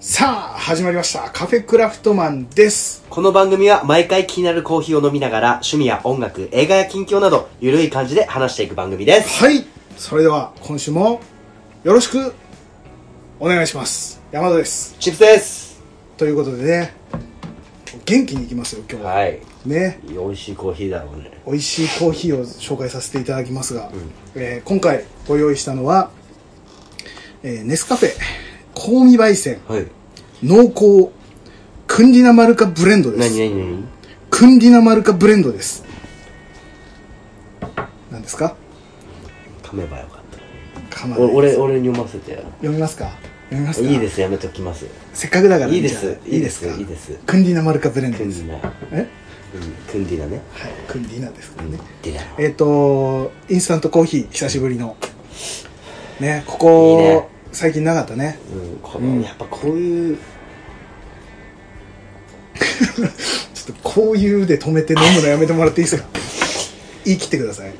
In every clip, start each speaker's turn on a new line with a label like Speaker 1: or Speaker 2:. Speaker 1: さあ、始まりました。カフェクラフトマンです。
Speaker 2: この番組は毎回気になるコーヒーを飲みながら趣味や音楽、映画や近況などゆるい感じで話していく番組です。
Speaker 1: はい。それでは、今週も、よろしく、お願いします。山田です。
Speaker 2: チップスです
Speaker 1: ということでね、元気にいきますよ、今日は。
Speaker 2: はい。
Speaker 1: ね、
Speaker 2: 美味しいコーヒーだろうね。
Speaker 1: 美味しいコーヒーを紹介させていただきますが、えー今回ご用意したのは、えーネスカフェ、香味焙煎、
Speaker 2: はい。
Speaker 1: 濃厚、クンディナマルカブレンドです。
Speaker 2: なになになに
Speaker 1: クンディナマルカブレンドです何ですか
Speaker 2: 噛めばよかった。
Speaker 1: 噛まない
Speaker 2: お俺、俺に読ませてよ。
Speaker 1: 読みますか読みますか
Speaker 2: いいです、やめときます。
Speaker 1: せっかくだから
Speaker 2: いいです
Speaker 1: じゃあいいですか
Speaker 2: いいですいいです
Speaker 1: クンディナマルカブレンド
Speaker 2: クン
Speaker 1: で
Speaker 2: デ
Speaker 1: す
Speaker 2: ィナ。
Speaker 1: え
Speaker 2: うんクンディナね。
Speaker 1: はいクンディナですからね
Speaker 2: ディナ。
Speaker 1: えっとインスタントコーヒー久しぶりのねこ
Speaker 2: いい
Speaker 1: こ
Speaker 2: ね
Speaker 1: 最近なかったね
Speaker 2: うん、この、やっぱこういう、
Speaker 1: ちょっとこういうで止めて飲むのやめてもらっていいですか言い切ってください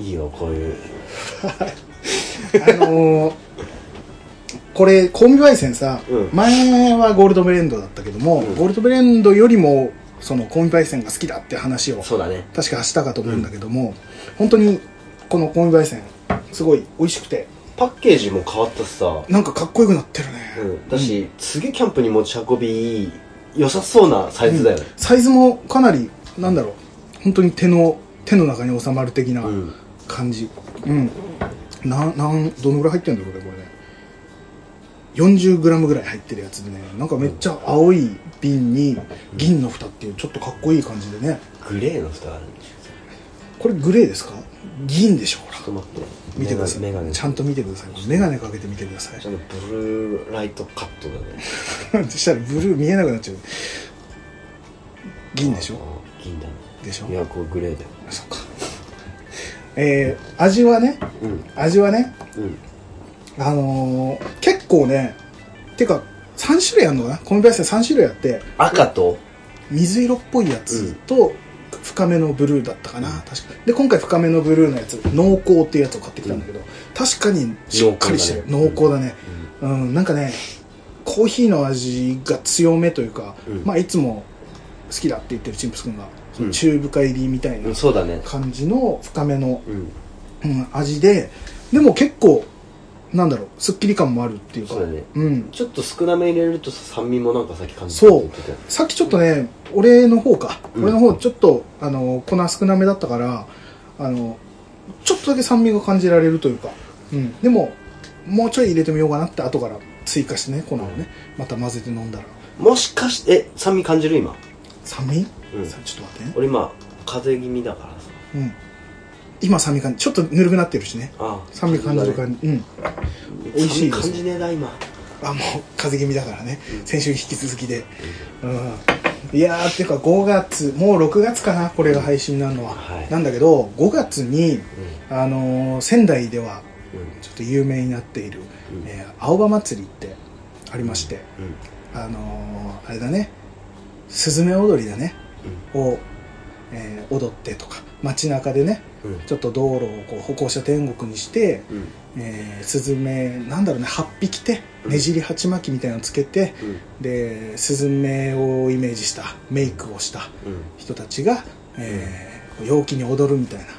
Speaker 2: いいよ、こういう。
Speaker 1: あのーこれ香味焙煎さ、
Speaker 2: うん
Speaker 1: 前はゴールドブレンドだったけども、
Speaker 2: ん
Speaker 1: ゴールドブレンドよりもその香味焙煎が好きだって話を
Speaker 2: そうだね。
Speaker 1: 確かしたかと思うんだけども、本当にこの香味焙煎すごい美味しくて
Speaker 2: パッケージも変わったしさ。
Speaker 1: なんかかっこよくなってるね、
Speaker 2: うん。だし、すげえキャンプに持ち運びいい、良さそうなサイズだよね。
Speaker 1: サイズもかなりなんだろう本当に手の手の中に収まる的な
Speaker 2: うん
Speaker 1: 感じうん、なん、なんどのぐらい入ってるんだろうねこれね 40g ぐらい入ってるやつでねなんかめっちゃ青い瓶に銀の蓋っていうちょっとかっこいい感じでね
Speaker 2: グレーの蓋があるんでしょ
Speaker 1: これグレーですか銀でしょほら
Speaker 2: ちょっと待って
Speaker 1: 見てくださ
Speaker 2: メガネ
Speaker 1: い
Speaker 2: メガネ
Speaker 1: ちゃんと見てくださいメガネかけてみてください
Speaker 2: ちゃんとブルーライトカットだ ね
Speaker 1: そしたらブルー見えなくなっちゃう銀でしょ
Speaker 2: あ銀だね
Speaker 1: でしょ
Speaker 2: いやこれグレーだよ
Speaker 1: そっかえー、味はね
Speaker 2: うん
Speaker 1: 味はね
Speaker 2: うん
Speaker 1: あのー、結構ねてか3種類あるのかなコンビ焙煎3種類あって
Speaker 2: 赤と
Speaker 1: 水色っぽいやつと、深めのブルーだったかな、確かで今回深めのブルーのやつ濃厚っていうやつを買ってきたんだけど、確かにしっかりしてる濃
Speaker 2: 濃
Speaker 1: 厚
Speaker 2: 厚
Speaker 1: だねうん、なんかねコーヒーの味が強めというか、
Speaker 2: うん
Speaker 1: まあいつも好きだって言ってるチンプス君が、その
Speaker 2: うん
Speaker 1: 中深入りみたい
Speaker 2: うん
Speaker 1: な
Speaker 2: そうだね
Speaker 1: 感じの深めの、
Speaker 2: うん
Speaker 1: うん、味ででも結構なんだろうすっきり感もあるっていうか
Speaker 2: そうだね
Speaker 1: うん
Speaker 2: ちょっと少なめ入れるとさ酸味もなんかさっき感じた
Speaker 1: そう
Speaker 2: って言って
Speaker 1: さっきちょっとね俺の方か、
Speaker 2: うん
Speaker 1: 俺の方ちょっとあの粉少なめだったからあのちょっとだけ酸味が感じられるというか、うん、でももうちょい入れてみようかなって後から追加してね粉をねまた混ぜて飲んだら
Speaker 2: たもしかしてえ酸味感じる今
Speaker 1: 酸味、
Speaker 2: うん
Speaker 1: さちょっと待ってね、
Speaker 2: 俺今風邪気味だからさ
Speaker 1: うん、今酸味感じちょっとぬるくなってるしね
Speaker 2: ああ
Speaker 1: 酸味感じる感じ、うん
Speaker 2: じ
Speaker 1: 美味しいです
Speaker 2: 感じねえな今
Speaker 1: あもう風邪気味だからね、先週に引き続きで、うんいやーっていうか5月もう6月かなこれが配信になるのは、
Speaker 2: はい
Speaker 1: なんだけど5月に、
Speaker 2: う
Speaker 1: あのー仙台では
Speaker 2: んうん
Speaker 1: ちょっと有名になっている、
Speaker 2: うん
Speaker 1: えー青葉祭りってありまして、
Speaker 2: うん
Speaker 1: あのーあれだねスズメ踊りだねを、えー踊ってとか街中でね
Speaker 2: うんうん
Speaker 1: ちょっと道路をこう歩行者天国にして
Speaker 2: うん
Speaker 1: えースズメなんだろうね8匹て
Speaker 2: うん
Speaker 1: ねじり鉢巻きみたいなのつけて、
Speaker 2: うん
Speaker 1: でスズメをイメージしたメイクをした
Speaker 2: うん
Speaker 1: 人たちが、えー陽気に踊るみたいな
Speaker 2: そう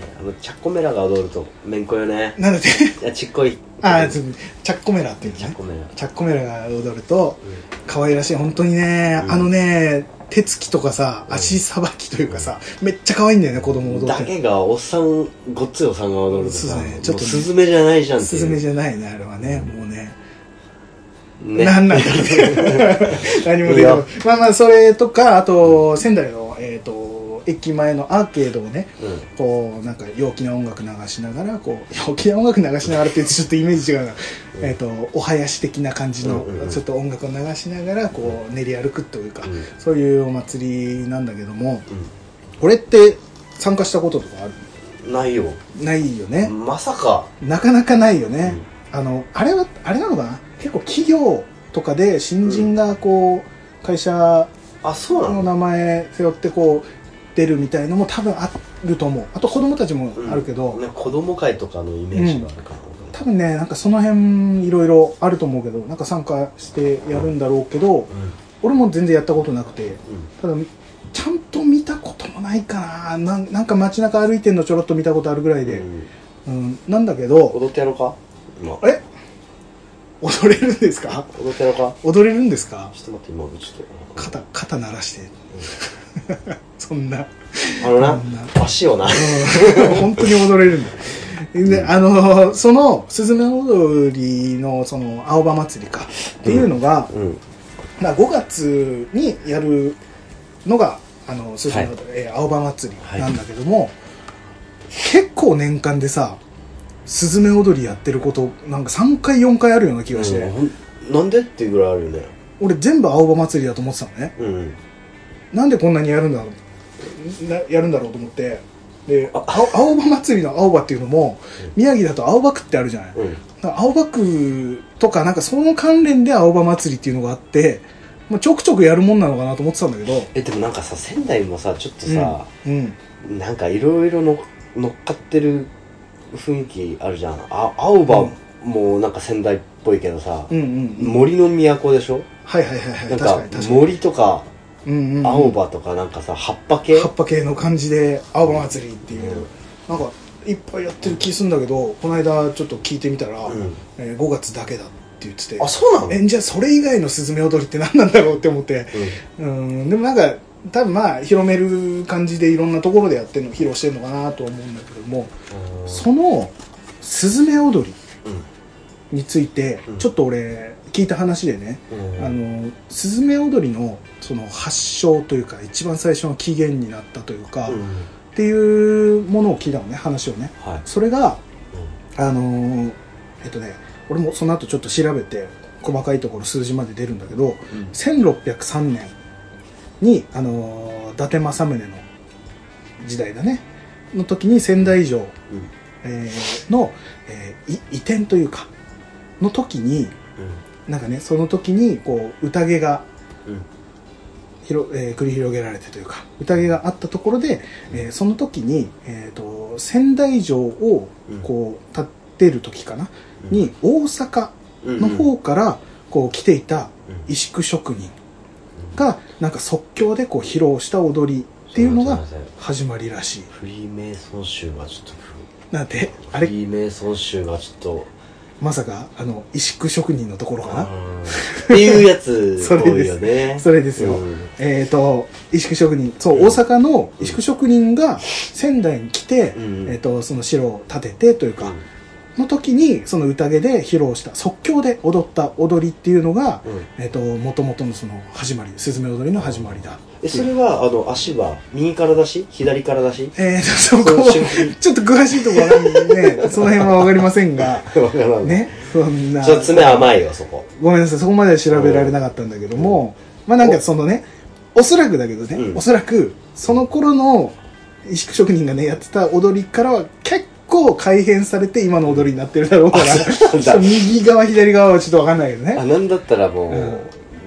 Speaker 2: だねあのチャッコメラが踊るとめんこよね
Speaker 1: なんだって
Speaker 2: いやちっこい
Speaker 1: あーちょっとチャッコメラっていうの
Speaker 2: チャッ
Speaker 1: ね
Speaker 2: コメラ
Speaker 1: チャッコメラが踊ると
Speaker 2: うん
Speaker 1: 可愛らしい本当にね、
Speaker 2: うん
Speaker 1: あのね手つきとかさ足さばきというかさ、めっちゃ可愛いんだよね子供踊っ
Speaker 2: だ
Speaker 1: てる
Speaker 2: けがおっさんごっついおっさんが踊ると
Speaker 1: そ
Speaker 2: さ
Speaker 1: うだねちょっとね
Speaker 2: もうスズメじゃないじゃんって
Speaker 1: ス
Speaker 2: いう
Speaker 1: ズメじゃないねあれはね、もうね
Speaker 2: ね
Speaker 1: なんなんだって 何もできない
Speaker 2: いいよ
Speaker 1: まあまあそれとかあと仙台の、えー、と駅前のアーケードをね
Speaker 2: うん
Speaker 1: こうなんか陽気な音楽流しながらこう陽 気な音楽流しながらって言うとちょっとイメージ違うな、えー、とお囃子的な感じの
Speaker 2: うんうんうん
Speaker 1: ちょっと音楽を流しながらこう練り歩くというか、
Speaker 2: うん
Speaker 1: そういうお祭りなんだけどもこれって参加したこととかある
Speaker 2: うんないよ
Speaker 1: ないよね、
Speaker 2: まさか
Speaker 1: なかなかないよね、あのあれはあれなのかな結構企業とかで新人がこう、会社
Speaker 2: あそうな
Speaker 1: の
Speaker 2: の
Speaker 1: 名前背負ってこう出るみたいのも多分あると思うあと子供たちもあるけど、
Speaker 2: ね子供会とかのイメージがあるかな
Speaker 1: 多分ねなんかその辺いろいろあると思うけどなんか参加してやるんだろうけど俺も全然やったことなくてただちゃんと見たこともないかななんなんか街中歩いてんのちょろっと見たことあるぐらいで、うん、なんだけど
Speaker 2: 踊ってやろうか今
Speaker 1: あれ踊れるんですか
Speaker 2: 踊ってやろうか
Speaker 1: 踊れるんですか
Speaker 2: ちょっと待って今ちょっと
Speaker 1: 肩肩鳴らして そん な
Speaker 2: あの
Speaker 1: こん
Speaker 2: な足をな
Speaker 1: 本当に踊れるんだであのその「すずめ踊りの」その青葉祭りかっていうのが、
Speaker 2: うん
Speaker 1: まあ、5月にやるのがあのすずめ踊り、えー青葉祭りなんだけども、結構年間でさすずめ踊りやってることなんか3回4回あるような気がして、
Speaker 2: うんなんでっていうぐらいあるよね
Speaker 1: 俺全部青葉祭りだと思ってたのね
Speaker 2: うん
Speaker 1: なんでこんなにやるんだろうなやるんだろうと思ってであ青葉祭りの青葉っていうのも宮城だと青葉区ってあるじゃない、
Speaker 2: う
Speaker 1: な
Speaker 2: ん
Speaker 1: んか青葉区とかなんかその関連で青葉祭りっていうのがあって、まあ、ちょくちょくやるもんなのかなと思ってたんだけど
Speaker 2: えでもなんかさ仙台もさちょっとさ、
Speaker 1: うん、うん
Speaker 2: なんかいろいろ乗っかってる雰囲気あるじゃんあ青葉もなんか仙台っぽいけどさ、
Speaker 1: うんうん
Speaker 2: 森の都でしょ
Speaker 1: はいはいはいはい
Speaker 2: な
Speaker 1: 確
Speaker 2: んか
Speaker 1: かに確かに、
Speaker 2: 森とか
Speaker 1: うんうんうん
Speaker 2: 青葉とかなんかさ葉っぱ系
Speaker 1: 葉っぱ系の感じで青葉祭りっていう、
Speaker 2: うん
Speaker 1: なんかいっぱいやってる気するんだけどこの間ちょっと聞いてみたら、
Speaker 2: うん
Speaker 1: え5月だけだって言ってて
Speaker 2: あそうなの
Speaker 1: えじゃあそれ以外のスズメ踊りって何なんだろうって思ってうんでもなんか多分まあ広める感じでいろんなところでやってるの披露してるのかなとは思うんだけども
Speaker 2: うん
Speaker 1: そのスズメ踊り
Speaker 2: うん
Speaker 1: について
Speaker 2: うん
Speaker 1: ちょっと俺聞いた話でね、
Speaker 2: うん
Speaker 1: あのスズメ踊りのその発祥というか一番最初の起源になったというか、
Speaker 2: うん
Speaker 1: っ、ていうものを聞いたのね話をね
Speaker 2: はい、
Speaker 1: それが
Speaker 2: う
Speaker 1: あのーえっとね俺もその後ちょっと調べて細かいところ数字まで出るんだけど
Speaker 2: ん
Speaker 1: 1603年に、あのー伊達政宗の時代だねの時に仙台城、
Speaker 2: うん
Speaker 1: えーの、えーい移転というかの時になんかねその時にこう宴が
Speaker 2: うんうん
Speaker 1: 広、えー繰り広げられてというか宴があったところで、えーその時に、えー、と仙台城をこう建てる時かな、に大阪
Speaker 2: うん
Speaker 1: の方からこう来ていた
Speaker 2: うん
Speaker 1: 石工職人がなんか即興でこう披露した踊りっていうの
Speaker 2: そ
Speaker 1: が
Speaker 2: うなんですよ
Speaker 1: 始まりらしい
Speaker 2: フリーメイソン州がちょっと
Speaker 1: なんてあ
Speaker 2: フ
Speaker 1: れ
Speaker 2: リーメイソン州がちょっと
Speaker 1: まさかあの石工職人のところかな
Speaker 2: うんっていうやつ
Speaker 1: そ
Speaker 2: 多
Speaker 1: れです
Speaker 2: いよね
Speaker 1: それですよ
Speaker 2: うん
Speaker 1: えっ、と石工職人そう、
Speaker 2: うん
Speaker 1: 大阪の石工職人が仙台に来て、
Speaker 2: うん
Speaker 1: えー、とその城を建ててというか、
Speaker 2: うん
Speaker 1: の時にその宴で披露した即興で踊った踊りっていうのが、
Speaker 2: うん
Speaker 1: えっと元々のその始まり「すずめ踊り」の始まりだ
Speaker 2: えそれはあの足は右から出し左から出し
Speaker 1: えー、そこ
Speaker 2: そう瞬
Speaker 1: ちょっと詳しいところはねその辺は分かりませんが
Speaker 2: わからん
Speaker 1: ねそんな
Speaker 2: ちょっと爪甘いよそこ
Speaker 1: ごめんなさいそこまでは調べられなかったんだけども、まあなんかそのねおそらくだけどね、
Speaker 2: うん
Speaker 1: おそらくその頃の石工職人がねやってた踊りからは結構改変されて今の踊りになってるだろうから
Speaker 2: あそうなんだ
Speaker 1: ちょっと右側左側はちょっと分かんないけど
Speaker 2: あ
Speaker 1: ね
Speaker 2: なんだったらもう、
Speaker 1: うん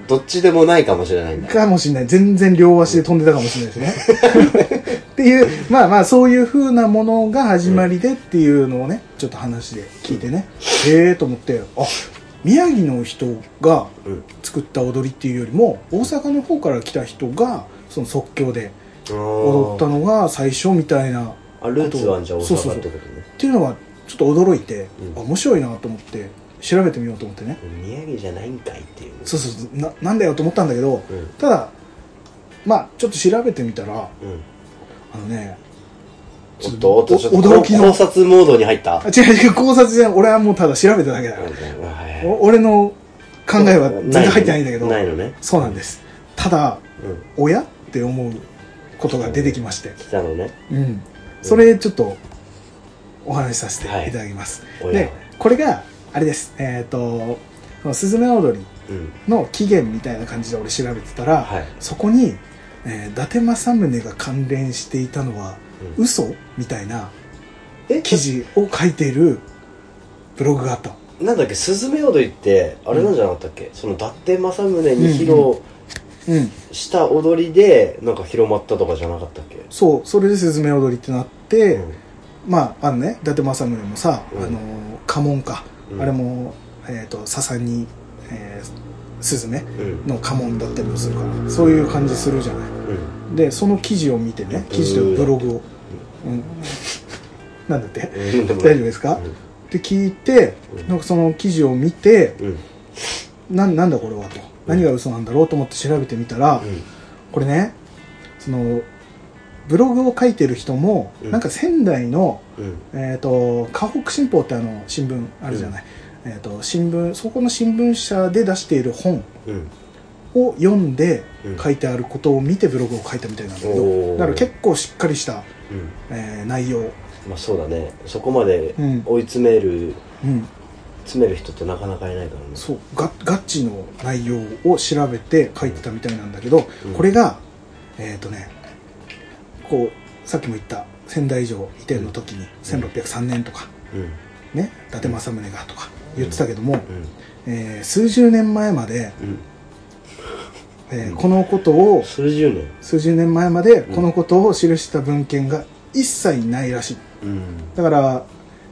Speaker 2: どっちでもないかもしれないんだ
Speaker 1: かもしれない全然両足で飛んでたかもしれないですね っていうまあまあそういう風なものが始まりでっていうのをねちょっと話で聞いてね、へえと思ってあ宮城の人が
Speaker 2: うん
Speaker 1: 作った踊りっていうよりも大阪の方から来た人がその即興で踊ったのが最初みたいなっ
Speaker 2: あルーツはじゃあ大
Speaker 1: そうそうそ
Speaker 2: 阪
Speaker 1: う
Speaker 2: ってことね
Speaker 1: ていうのがちょっと驚いて、
Speaker 2: う
Speaker 1: あ
Speaker 2: ん
Speaker 1: 面白いなと思って調べてみようと思ってね
Speaker 2: 宮城じゃないんかいっていう
Speaker 1: そうそうそうななんだよと思ったんだけど、
Speaker 2: うん
Speaker 1: ただまあちょっと調べてみたら
Speaker 2: うん
Speaker 1: あのね
Speaker 2: おっとおっとちょっと
Speaker 1: お驚きの
Speaker 2: 考察モードに入った
Speaker 1: あ違う違う考察じゃない俺はもうただ調べただけだから、
Speaker 2: 考
Speaker 1: お俺の考えは全然入ってないんだけど
Speaker 2: ないのね
Speaker 1: そうなんですただ
Speaker 2: うん
Speaker 1: 親って思うことが出てきまして
Speaker 2: 来たのね
Speaker 1: うん、それちょっとお話しさせていただきます、
Speaker 2: はい
Speaker 1: でこれがあれですえっ、と「すずめ踊り
Speaker 2: うん」
Speaker 1: の起源みたいな感じで俺調べてたら、
Speaker 2: はい
Speaker 1: そこに、えー伊達政宗が関連していたのは
Speaker 2: うん
Speaker 1: 嘘みたいな
Speaker 2: え
Speaker 1: 記事を書いているブログがあったの
Speaker 2: なんだっけスズメ踊りってあれなんじゃなかったっけ、その伊達政宗に披露
Speaker 1: うん
Speaker 2: した踊りでなんか広まったとかじゃなかったっけ、
Speaker 1: そうそれで「すずめ踊り」ってなって、
Speaker 2: うん
Speaker 1: まああのね伊達政宗もさ、
Speaker 2: うん
Speaker 1: あの家紋か、
Speaker 2: うん
Speaker 1: あれも、えー、と笹に、えー、スズメ
Speaker 2: うん
Speaker 1: の家紋だったりもするからそういう感じするじゃない
Speaker 2: うん
Speaker 1: でその記事を見てね記事というかブログを、うん、 なんだって
Speaker 2: うん
Speaker 1: 大丈夫ですか、
Speaker 2: うん
Speaker 1: って聞いて
Speaker 2: うん
Speaker 1: なんかその記事を見て
Speaker 2: うんうん
Speaker 1: なんなんだこれはと何が嘘なんだろうと思って調べてみたら、これねそのブログを書いてる人も、
Speaker 2: うん
Speaker 1: なんか仙台の、
Speaker 2: うん
Speaker 1: えー、と河北新報ってあの新聞あるじゃない、えー、と新聞そこの新聞社で出している本
Speaker 2: うん
Speaker 1: を読んで
Speaker 2: うん
Speaker 1: 書いてあることを見てブログを書いたみたいなんだけど、
Speaker 2: おー
Speaker 1: だから結構しっかりした、
Speaker 2: うん
Speaker 1: えー内容、
Speaker 2: まあそうだねそこまで
Speaker 1: うん
Speaker 2: 追い詰める
Speaker 1: うん、
Speaker 2: 詰める人ってなかなかいないからね
Speaker 1: そうガガチの内容を調べて書いてたみたいなんだけど、
Speaker 2: うん
Speaker 1: これがえっ、とねこうさっきも言った仙台城移転の時に1603年とか
Speaker 2: うん
Speaker 1: ね伊達政宗がとか言ってたけども、
Speaker 2: うん
Speaker 1: えー数十年前まで、
Speaker 2: うん
Speaker 1: えー
Speaker 2: うん
Speaker 1: このことを
Speaker 2: 数十年
Speaker 1: 数十年前までこのことを記した文献が一切ないらしい
Speaker 2: うん
Speaker 1: だから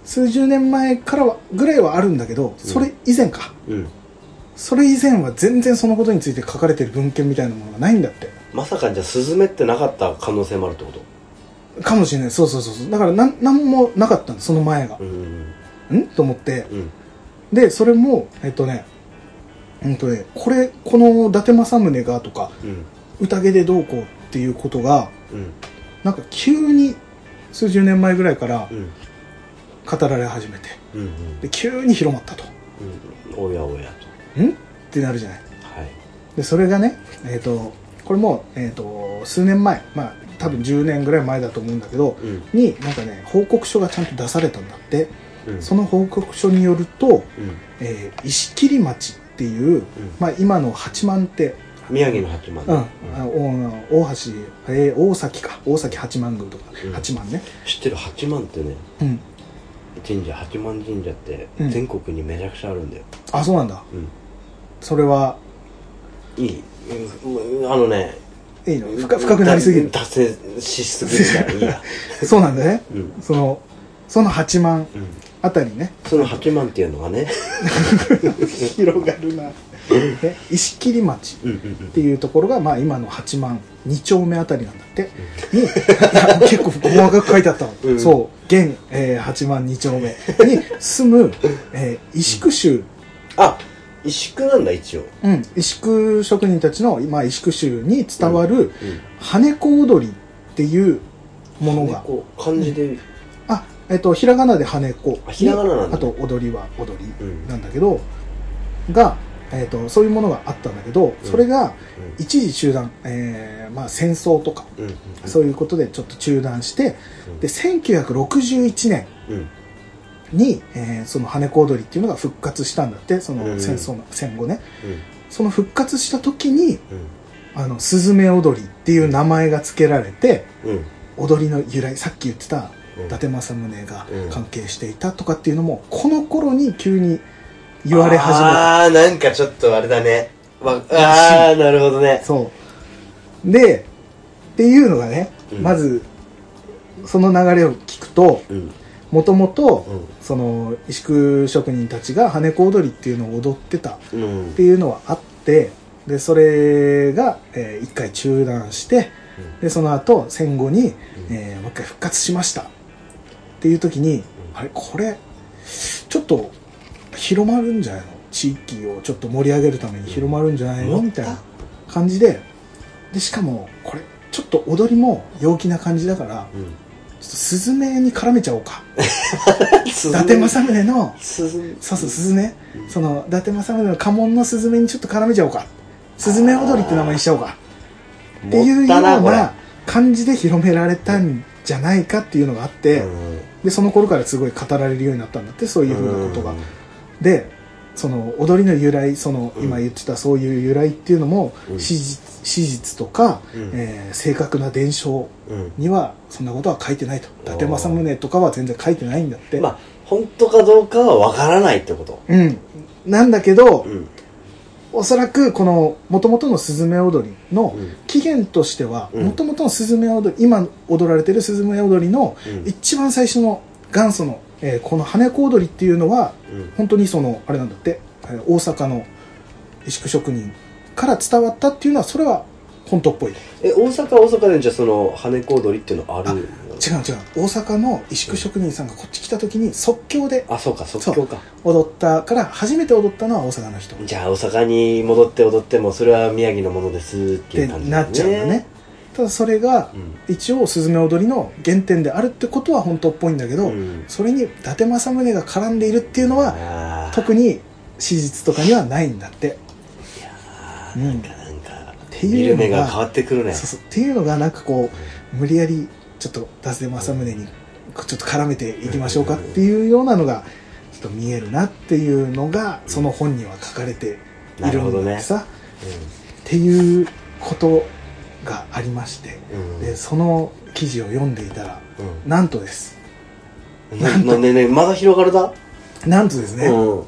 Speaker 1: 数十年前からはぐらいはあるんだけどそれ以前か、
Speaker 2: うん
Speaker 1: それ以前は全然そのことについて書かれてる文献みたいなものがないんだって
Speaker 2: まさかじゃあスズメってなかった可能性もあるってこと
Speaker 1: かもしれないそうそうそうそうだからなんなんもなかったのその前が
Speaker 2: う、ん
Speaker 1: んと思って
Speaker 2: うん
Speaker 1: でそれもえっとねうんとねこれこの伊達政宗がとか
Speaker 2: うん
Speaker 1: 宴でどうこうっていうことが
Speaker 2: うん
Speaker 1: なんか急に数十年前ぐらいから
Speaker 2: うん
Speaker 1: 語られ始めて
Speaker 2: うんうん
Speaker 1: で急に広まったと
Speaker 2: うんおやおや
Speaker 1: んってなるじゃない
Speaker 2: とはい
Speaker 1: でそれがね、えっとこれも、えっと数年前まあ多分10年ぐらい前だと思うんだけど、
Speaker 2: うん
Speaker 1: になんかね報告書がちゃんと出されたんだって
Speaker 2: うん
Speaker 1: その報告書によると、
Speaker 2: うん
Speaker 1: えー石切町っていう、まあ、今の八幡って、
Speaker 2: 宮城の八幡
Speaker 1: う
Speaker 2: ね
Speaker 1: ん
Speaker 2: う
Speaker 1: あ
Speaker 2: ん
Speaker 1: 大大橋、えー大崎か大崎八幡宮とか、
Speaker 2: うん
Speaker 1: 八幡ね、
Speaker 2: 知ってる八幡ってね
Speaker 1: うん、
Speaker 2: 神社八幡神社って
Speaker 1: うん
Speaker 2: 全国にめちゃくちゃあるんだよ
Speaker 1: あそうなんだ
Speaker 2: うん
Speaker 1: それはい
Speaker 2: いうんうんあのね
Speaker 1: いいの深深くなりすぎる
Speaker 2: だ脱線しすぎるからいい や
Speaker 1: そうなんだね
Speaker 2: うん
Speaker 1: そのその八幡
Speaker 2: うん
Speaker 1: あたりね
Speaker 2: その八幡っていうのがね
Speaker 1: 広がるな、ね、石切町
Speaker 2: うんうんうん
Speaker 1: っていうところが、まあ、今の八幡2丁目あたりなんだって、にいや結構細かく書いてあったの、
Speaker 2: うん
Speaker 1: そう現、えー、八幡2丁目に住む、えー、石工衆、
Speaker 2: あ石工なんだ一応
Speaker 1: うん、石工職人たちの、まあ、石工衆に伝わる
Speaker 2: うん
Speaker 1: 羽子踊りっていうものが、
Speaker 2: こう漢字で
Speaker 1: あえっとひらがなで羽子
Speaker 2: あひらがななんだ
Speaker 1: あと踊りは踊り
Speaker 2: うん
Speaker 1: なんだけど、が、えっとそういうものがあったんだけどそれが一時中断、えーまあ、戦争とか
Speaker 2: うんうん
Speaker 1: そういうことでちょっと中断して、
Speaker 2: うん
Speaker 1: で1961年
Speaker 2: うん
Speaker 1: に、えーその羽子踊りっていうのが復活したんだってそ
Speaker 2: うん
Speaker 1: の戦争の、戦後ねその復活した時にあのスズメ踊りっていう名前が付けられて
Speaker 2: うんうん
Speaker 1: 踊りの由来さっき言ってた
Speaker 2: うん
Speaker 1: 伊達政宗が
Speaker 2: うん
Speaker 1: 関係していたとかっていうのもこの頃に急に言われ始めた
Speaker 2: ああなんかちょっとあれだねわああなるほどね
Speaker 1: そうでっていうのがね、
Speaker 2: うん
Speaker 1: まずその流れを聞くと
Speaker 2: うん
Speaker 1: もともと
Speaker 2: うん
Speaker 1: その石工職人たちが羽子踊りっていうのを踊ってたっ
Speaker 2: うん
Speaker 1: ていうのはあってでそれが、えー一回中断してでその後戦後に、えーもう一回復活しましたっていう時に、あれこれちょっと広まるんじゃないの地域をちょっと盛り上げるために広まるんじゃないの
Speaker 2: うん
Speaker 1: みたいな感じででしかもこれちょっと踊りも陽気な感じだから
Speaker 2: うんうん
Speaker 1: ちょっとスズメに絡めちゃおうか伊
Speaker 2: 伊
Speaker 1: 達政宗の
Speaker 2: すず
Speaker 1: そうそう、スズメ
Speaker 2: うん。
Speaker 1: その、伊達政宗の家紋のスズメにちょっと絡めちゃおうか。スズメ踊りって名前にしちゃおうか。っていうよ
Speaker 2: 持
Speaker 1: う
Speaker 2: ったなこれ
Speaker 1: な感じで広められたんじゃないかっていうのがあって、
Speaker 2: うん
Speaker 1: で、その頃からすごい語られるようになったんだって、そういうふうなことが。で、その、踊りの由来、その、
Speaker 2: うん
Speaker 1: 今言ってたそういう由来っていうのも、
Speaker 2: うん
Speaker 1: 史実、史実とか、
Speaker 2: うん
Speaker 1: えー正確な伝承
Speaker 2: うん
Speaker 1: には、そんなことは書いてないと。伊達政宗とかは全然書いてないんだって。
Speaker 2: まあ本当かどうかはわからないってこと
Speaker 1: うん。なんだけど、
Speaker 2: うん
Speaker 1: おそらくこの元々のスズメ踊りの
Speaker 2: うん
Speaker 1: 起源としては
Speaker 2: うん
Speaker 1: 元々のスズメ踊り今踊られてるスズメ踊りの
Speaker 2: うん
Speaker 1: 一番最初の元祖のえーこの羽小踊りっていうのは
Speaker 2: うん
Speaker 1: 本当にそのあれなんだってえー大阪の石宿職人から伝わったっていうのはそれは本当っぽい
Speaker 2: え大阪は大阪でじゃあその羽子踊りっていうのある
Speaker 1: あ
Speaker 2: の
Speaker 1: 違う違う大阪の石宿職人さんがこっち来た時に即興で
Speaker 2: あそうか即興か
Speaker 1: 踊ったから初めて踊ったのは大阪の人っ
Speaker 2: じゃあ大阪に戻って踊ってもそれは宮城のものですってい
Speaker 1: て
Speaker 2: う感じ
Speaker 1: なっちゃうのねただそれが
Speaker 2: うん
Speaker 1: 一応スズメ踊りの原点であるってことは本当っぽいんだけど、
Speaker 2: ん
Speaker 1: それに伊達政宗が絡んでいるっていうのは
Speaker 2: あー
Speaker 1: 特に史実とかにはないんだって
Speaker 2: いや
Speaker 1: う
Speaker 2: ー
Speaker 1: ん
Speaker 2: なんかなんか
Speaker 1: て
Speaker 2: 見
Speaker 1: いうのが
Speaker 2: る目が変わってくるね
Speaker 1: そうそうっていうのがなんかこう無理やりちょっと伊達政宗にこうちょっと絡めていきましょうかっていうようなのがちょっと見えるなっていうのがその本には書かれてい
Speaker 2: なる
Speaker 1: る
Speaker 2: ほど
Speaker 1: ん
Speaker 2: ね
Speaker 1: でさ、っていうことがありまして
Speaker 2: うんうん
Speaker 1: でその記事を読んでいたら
Speaker 2: うん
Speaker 1: なんとです
Speaker 2: ななねねまだ広がるだ
Speaker 1: なんとですね、
Speaker 2: うん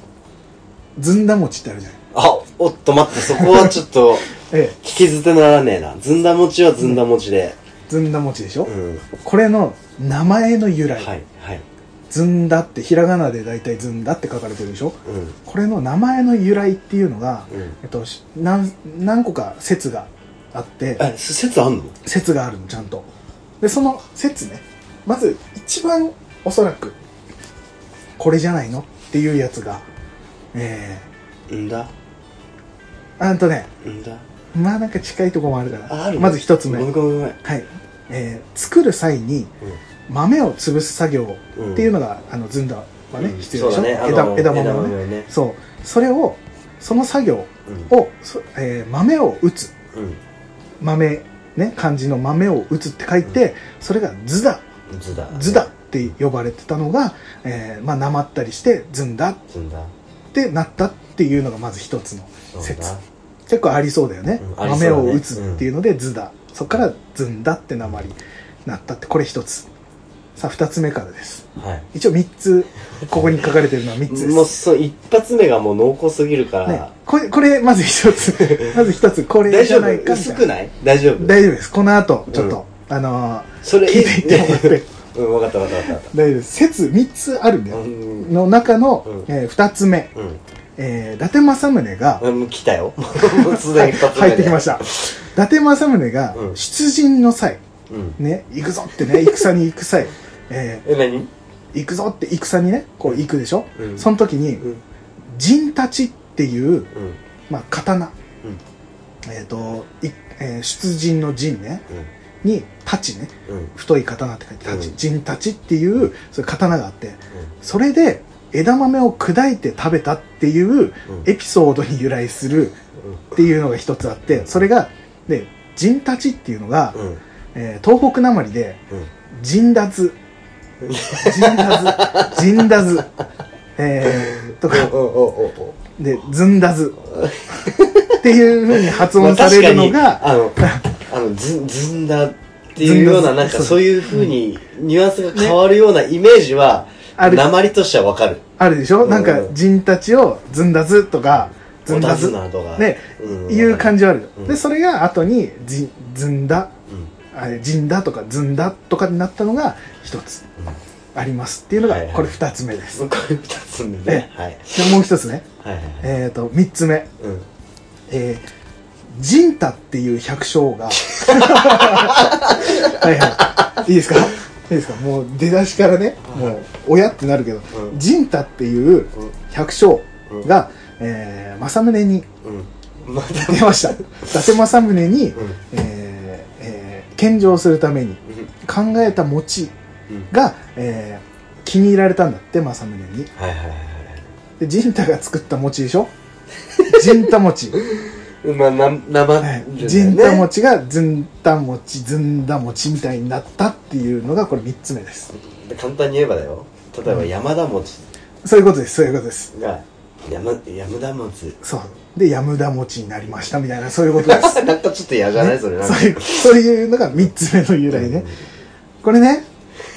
Speaker 1: ずんだ餅ってあるじゃない
Speaker 2: あおっと待ってそこはちょっと
Speaker 1: え
Speaker 2: 聞き捨てならねえなずんだ餅はずんだ餅で
Speaker 1: えずんだ餅でしょ、
Speaker 2: うん
Speaker 1: これの名前の由
Speaker 2: は
Speaker 1: 来、
Speaker 2: いはい
Speaker 1: ずんだってひらがなで大体ずんだって書かれてるでしょ
Speaker 2: うんうん
Speaker 1: これの名前の由来っていうのが、えっと、し何何個か説があって
Speaker 2: えす説あんの
Speaker 1: 説があるのちゃんとでその説ねまず一番おそらくこれじゃないのっていうやつがえ
Speaker 2: んだ
Speaker 1: ー、あんとね
Speaker 2: んだ
Speaker 1: まあなんか近いところもあるから
Speaker 2: あある
Speaker 1: まず一つ目
Speaker 2: ごめん
Speaker 1: は
Speaker 2: ごめんごめん
Speaker 1: い、えー作る際に豆を潰す作業っていうのが、あのずんだはね、
Speaker 2: うん
Speaker 1: 必要でし
Speaker 2: そ
Speaker 1: ょ、
Speaker 2: うだねあ
Speaker 1: 枝
Speaker 2: の
Speaker 1: 枝豆のね
Speaker 2: 枝ね
Speaker 1: そうそれをその作業
Speaker 2: うん
Speaker 1: を、そえー豆を打つ
Speaker 2: う
Speaker 1: 豆ね漢字の豆を打つって書いて、それがずだ
Speaker 2: んずだ
Speaker 1: ずだって呼ばれてたのが、えーまあ、なまったりしてずんだっ
Speaker 2: ずんだ
Speaker 1: てなったっていうのがまず一つの
Speaker 2: そうだ
Speaker 1: 説結構ありそうだよね,、
Speaker 2: うんありそうだ
Speaker 1: 豆
Speaker 2: ね
Speaker 1: を打つっていうのでずだ、そこからずんだってなまりなったってこれ一つさあ二つ目からです
Speaker 2: はい
Speaker 1: 一応三つここに書かれてるのは三つで
Speaker 2: もう
Speaker 1: す、
Speaker 2: そう一発目がもう濃厚すぎるか
Speaker 1: ね
Speaker 2: ら、
Speaker 1: これこれまず一 つまず一つこれ
Speaker 2: 大
Speaker 1: じ
Speaker 2: 丈
Speaker 1: ゃない
Speaker 2: 夫
Speaker 1: かみた
Speaker 2: 薄
Speaker 1: い
Speaker 2: く
Speaker 1: な
Speaker 2: ない大丈夫
Speaker 1: 大丈夫ですこの後ちょっと、あのー
Speaker 2: それ
Speaker 1: 聞いていってもらって
Speaker 2: うん分かった分かった分かっ
Speaker 1: 大丈夫です説3つあるんだ
Speaker 2: た
Speaker 1: よ、
Speaker 2: うん
Speaker 1: の中の、
Speaker 2: うん
Speaker 1: え2つ目、
Speaker 2: うん
Speaker 1: えー、伊達政宗が、
Speaker 2: うん来たよもうすでに一発目
Speaker 1: 入ってきました伊達政宗が、
Speaker 2: うん
Speaker 1: 出陣の際
Speaker 2: たうん
Speaker 1: ね行くぞって ね戦に行く際、え
Speaker 2: え何
Speaker 1: ー行くぞって戦にねこう行くでしょ、
Speaker 2: うん
Speaker 1: その時に
Speaker 2: うん
Speaker 1: 「陣たち」っていう、
Speaker 2: うんうん
Speaker 1: まあ、刀、えっ、とい、えー出陣の陣ねに「太刀」ね
Speaker 2: うんうん
Speaker 1: 太い刀って書いて「太刀」
Speaker 2: うん
Speaker 1: 陣太刀」っていうそういう刀があってそれで枝豆を砕いて食べたっていう
Speaker 2: うん
Speaker 1: エピソードに由来するっていうのが一つあってそれがで「陣たち」っていうのが、
Speaker 2: うん
Speaker 1: えー東北なまりで
Speaker 2: うん
Speaker 1: 「陣脱」「陣脱」「陣脱」えー、とか
Speaker 2: おおおお
Speaker 1: で「ずんだず」っていうふうに発
Speaker 2: おま
Speaker 1: 音
Speaker 2: あ
Speaker 1: される
Speaker 2: 確か
Speaker 1: の
Speaker 2: に
Speaker 1: が、
Speaker 2: あのあのずずんだっていうよう
Speaker 1: ず
Speaker 2: な
Speaker 1: んだ
Speaker 2: なんか
Speaker 1: そう
Speaker 2: そういうふうにニュアンスが変わるようなイメージは
Speaker 1: ある
Speaker 2: 鉛としてはわかる
Speaker 1: あるでしょ、
Speaker 2: うん
Speaker 1: なんか「人たち」を「ずんだず」とか「ずんだ
Speaker 2: お
Speaker 1: ず」
Speaker 2: などが
Speaker 1: ね
Speaker 2: うん
Speaker 1: いう感じはある、
Speaker 2: うん
Speaker 1: でそれが後に「じずんだ」
Speaker 2: うん
Speaker 1: あ「じんだ」とか「ずんだ」とかになったのが一つありますっていうのが
Speaker 2: はいはい
Speaker 1: これ二つ目です、
Speaker 2: うんこれ二つ目ねは
Speaker 1: で
Speaker 2: い
Speaker 1: もう一つね
Speaker 2: はいはいはい
Speaker 1: えっ、と三つ目
Speaker 2: うん
Speaker 1: えー、ジンタっていう百姓 がはいはいいいですかいいですかもう出だしからね、
Speaker 2: はい
Speaker 1: もう親ってなるけど、
Speaker 2: うん
Speaker 1: ジンタっていう百姓が、えー、政宗に
Speaker 2: うんまた
Speaker 1: 出ま した伊達政宗に、
Speaker 2: うん
Speaker 1: えーえー献上するために考えた餅
Speaker 2: うん
Speaker 1: が、えー気に入られたんだって政宗に
Speaker 2: はいはいはいは
Speaker 1: でジンタが作った餅で しょジンタ餅
Speaker 2: いまあな生
Speaker 1: はい
Speaker 2: じゃな
Speaker 1: じ
Speaker 2: いね
Speaker 1: んた餅がずんた餅ずんだ餅みたいになったっていうのがこれ3つ目です
Speaker 2: 簡単に言えばだよ例えば山田餅
Speaker 1: そういうことですそういうことです
Speaker 2: が山山田餅
Speaker 1: そうでやむだ餅になりましたみたいなそういうことです
Speaker 2: なんかちょっと嫌じゃないそれなん
Speaker 1: そ
Speaker 2: か
Speaker 1: ういうそういうのが3つ目の由来ねこれね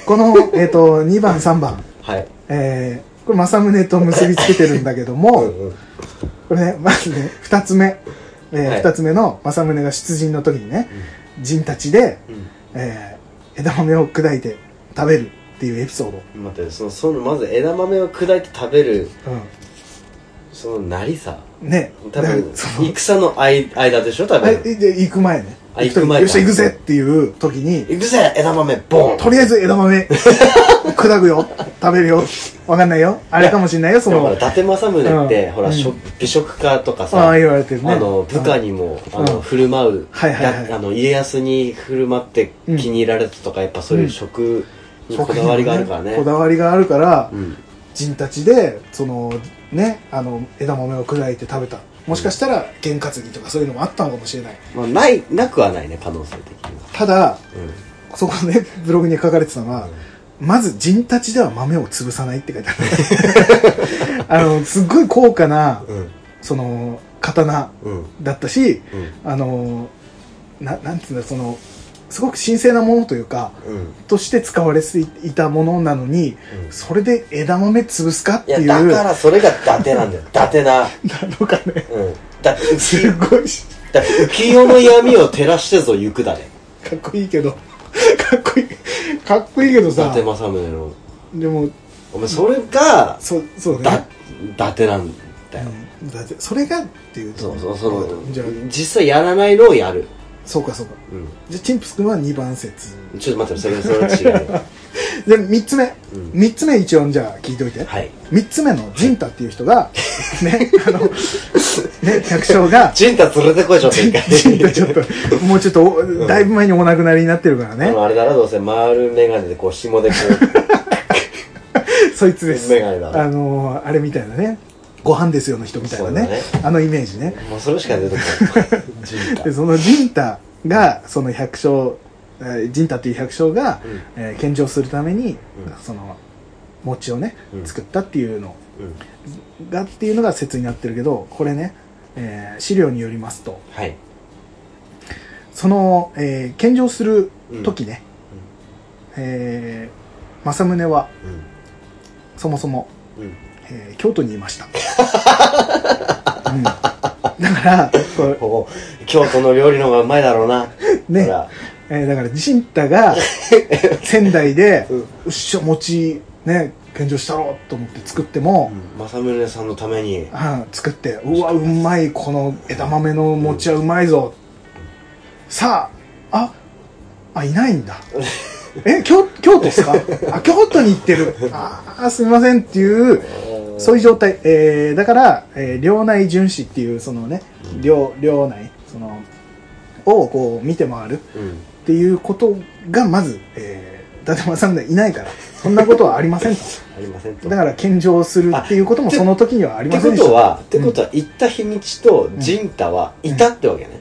Speaker 1: この、えっと2番3番、
Speaker 2: はい
Speaker 1: えー、これ政宗と結びつけてるんだけども、
Speaker 2: うんうん
Speaker 1: これねまずね2つ目、えー
Speaker 2: はい
Speaker 1: 2つ目の政宗が出陣の時にね陣たちで、
Speaker 2: うん
Speaker 1: えー枝豆を砕いて食べるっていうエピソード
Speaker 2: 待ってそのそのまず枝豆を砕いて食べるそのなりさ
Speaker 1: うんね
Speaker 2: 多
Speaker 1: だから
Speaker 2: 分
Speaker 1: その
Speaker 2: 戦の間間でしょ多
Speaker 1: あ
Speaker 2: 分
Speaker 1: えで行く前ね
Speaker 2: あ行く前か
Speaker 1: よっしゃ行くぜっていう時に
Speaker 2: 行くぜ枝豆ボン
Speaker 1: とりあえず枝豆 砕くよ食べるよわかんないよあれかもしんないよそ
Speaker 2: でもほ
Speaker 1: の
Speaker 2: ら伊達政宗って、
Speaker 1: うん
Speaker 2: ほら、しょ
Speaker 1: うん
Speaker 2: 美食家とか
Speaker 1: あ
Speaker 2: さ
Speaker 1: あ言われてるね
Speaker 2: あの部下にも、あ
Speaker 1: うん
Speaker 2: の振る舞う、
Speaker 1: はいはいはい
Speaker 2: だあの家康に振る舞って
Speaker 1: うん
Speaker 2: 気に入られたとか、やっぱそういう食にこだわりがあるからね
Speaker 1: こだわりがあるから
Speaker 2: うん
Speaker 1: 人たちでそのねあの枝豆を砕いて食べたもしかしたら験担ぎとかそういうのもあったのかもしれない
Speaker 2: まあ、ないなくはないね可能性的には、
Speaker 1: ただ
Speaker 2: うん
Speaker 1: そこのねブログに書かれてたのは、まず人たちでは豆を潰さないって書いてある あのすっごい高価な
Speaker 2: うん
Speaker 1: その刀
Speaker 2: うん
Speaker 1: だったし
Speaker 2: うん
Speaker 1: あのななんつうんだそのすごく神聖なものというか
Speaker 2: うん
Speaker 1: として使われていたものなのにそれで枝豆潰すかっ
Speaker 2: い
Speaker 1: て
Speaker 2: や
Speaker 1: いう
Speaker 2: だからそれが伊達なんだよ 伊達な、
Speaker 1: なのかね
Speaker 2: うん、だって浮
Speaker 1: す
Speaker 2: 世
Speaker 1: ごいし
Speaker 2: だって浮世の闇を照らしてぞ行くだね
Speaker 1: かっこいいけどかっこいいかっこいいけど
Speaker 2: 伊
Speaker 1: さ
Speaker 2: 達政宗の
Speaker 1: でも
Speaker 2: お前それが
Speaker 1: そそう
Speaker 2: だ
Speaker 1: ね、
Speaker 2: 伊達なんだよ、
Speaker 1: うんだってそれがっていうと
Speaker 2: そうそうその
Speaker 1: じゃあ
Speaker 2: 実際やらないのをやる、
Speaker 1: そうかそうか
Speaker 2: う
Speaker 1: じゃあチンプス君は2番説
Speaker 2: ん、ちょっと待ってそれそれは違 う
Speaker 1: で
Speaker 2: よ
Speaker 1: 3つ目、
Speaker 2: うん
Speaker 1: 三3つ目一応じゃあ聞いといて、
Speaker 2: はい
Speaker 1: 3つ目のジンタっていう人が、ね、あの、ね、百姓が、
Speaker 2: ジンタ連れてこいちょっと一回
Speaker 1: ジンタちょっと、もうちょっとお、だいぶ前にお亡くなりになってるから
Speaker 2: あ
Speaker 1: ね。
Speaker 2: のあれだなどうせ丸眼鏡でこう紐でこ
Speaker 1: そいつです。
Speaker 2: メガネだ
Speaker 1: あのー、あれみたいなね。ご飯ですよの人みたいなね。
Speaker 2: そうだね
Speaker 1: あのイメージ ね。
Speaker 2: うもうそれしか出てこないジンタ
Speaker 1: で、そのジンタが、その百姓、えージンタっていう百姓が、
Speaker 2: うん
Speaker 1: えー献上するために、
Speaker 2: うん
Speaker 1: その、餅をね、
Speaker 2: うん
Speaker 1: 作ったっていうのを
Speaker 2: うん
Speaker 1: がっていうのが説になってるけどこれね、えー資料によりますと
Speaker 2: はい
Speaker 1: その、えー献上する時ね、えー政宗は
Speaker 2: う
Speaker 1: そもそも、
Speaker 2: んうん
Speaker 1: えー京都にいま した、うん、だからこれ
Speaker 2: こう京都の料理の方がうまいだろうな
Speaker 1: ね
Speaker 2: ほら
Speaker 1: えーだから地ン太 が仙台で
Speaker 2: うん
Speaker 1: うっしょ餅ね献上したろうと思って作っても、
Speaker 2: 政宗さんのため
Speaker 1: う
Speaker 2: に
Speaker 1: ん、作ってうわうまいこの枝豆の餅はうまいぞ、さあああいないんだえ京京都ですかあ京都に行ってるああすみませんっていうそういう状態、えーだから、えー領内巡視っていうそのね
Speaker 2: うん
Speaker 1: 領領内そのをこう見て回る
Speaker 2: うん
Speaker 1: っていうことがまず、えー、伊達政宗いないからそんなことはありませんと
Speaker 2: ありませんと
Speaker 1: だから献上するっていうこともその時にはあり
Speaker 2: っ
Speaker 1: ま
Speaker 2: て
Speaker 1: せんで
Speaker 2: こ
Speaker 1: した
Speaker 2: とは、ってことは、行った日にちと、ジンタはいたってわけね。
Speaker 1: うんう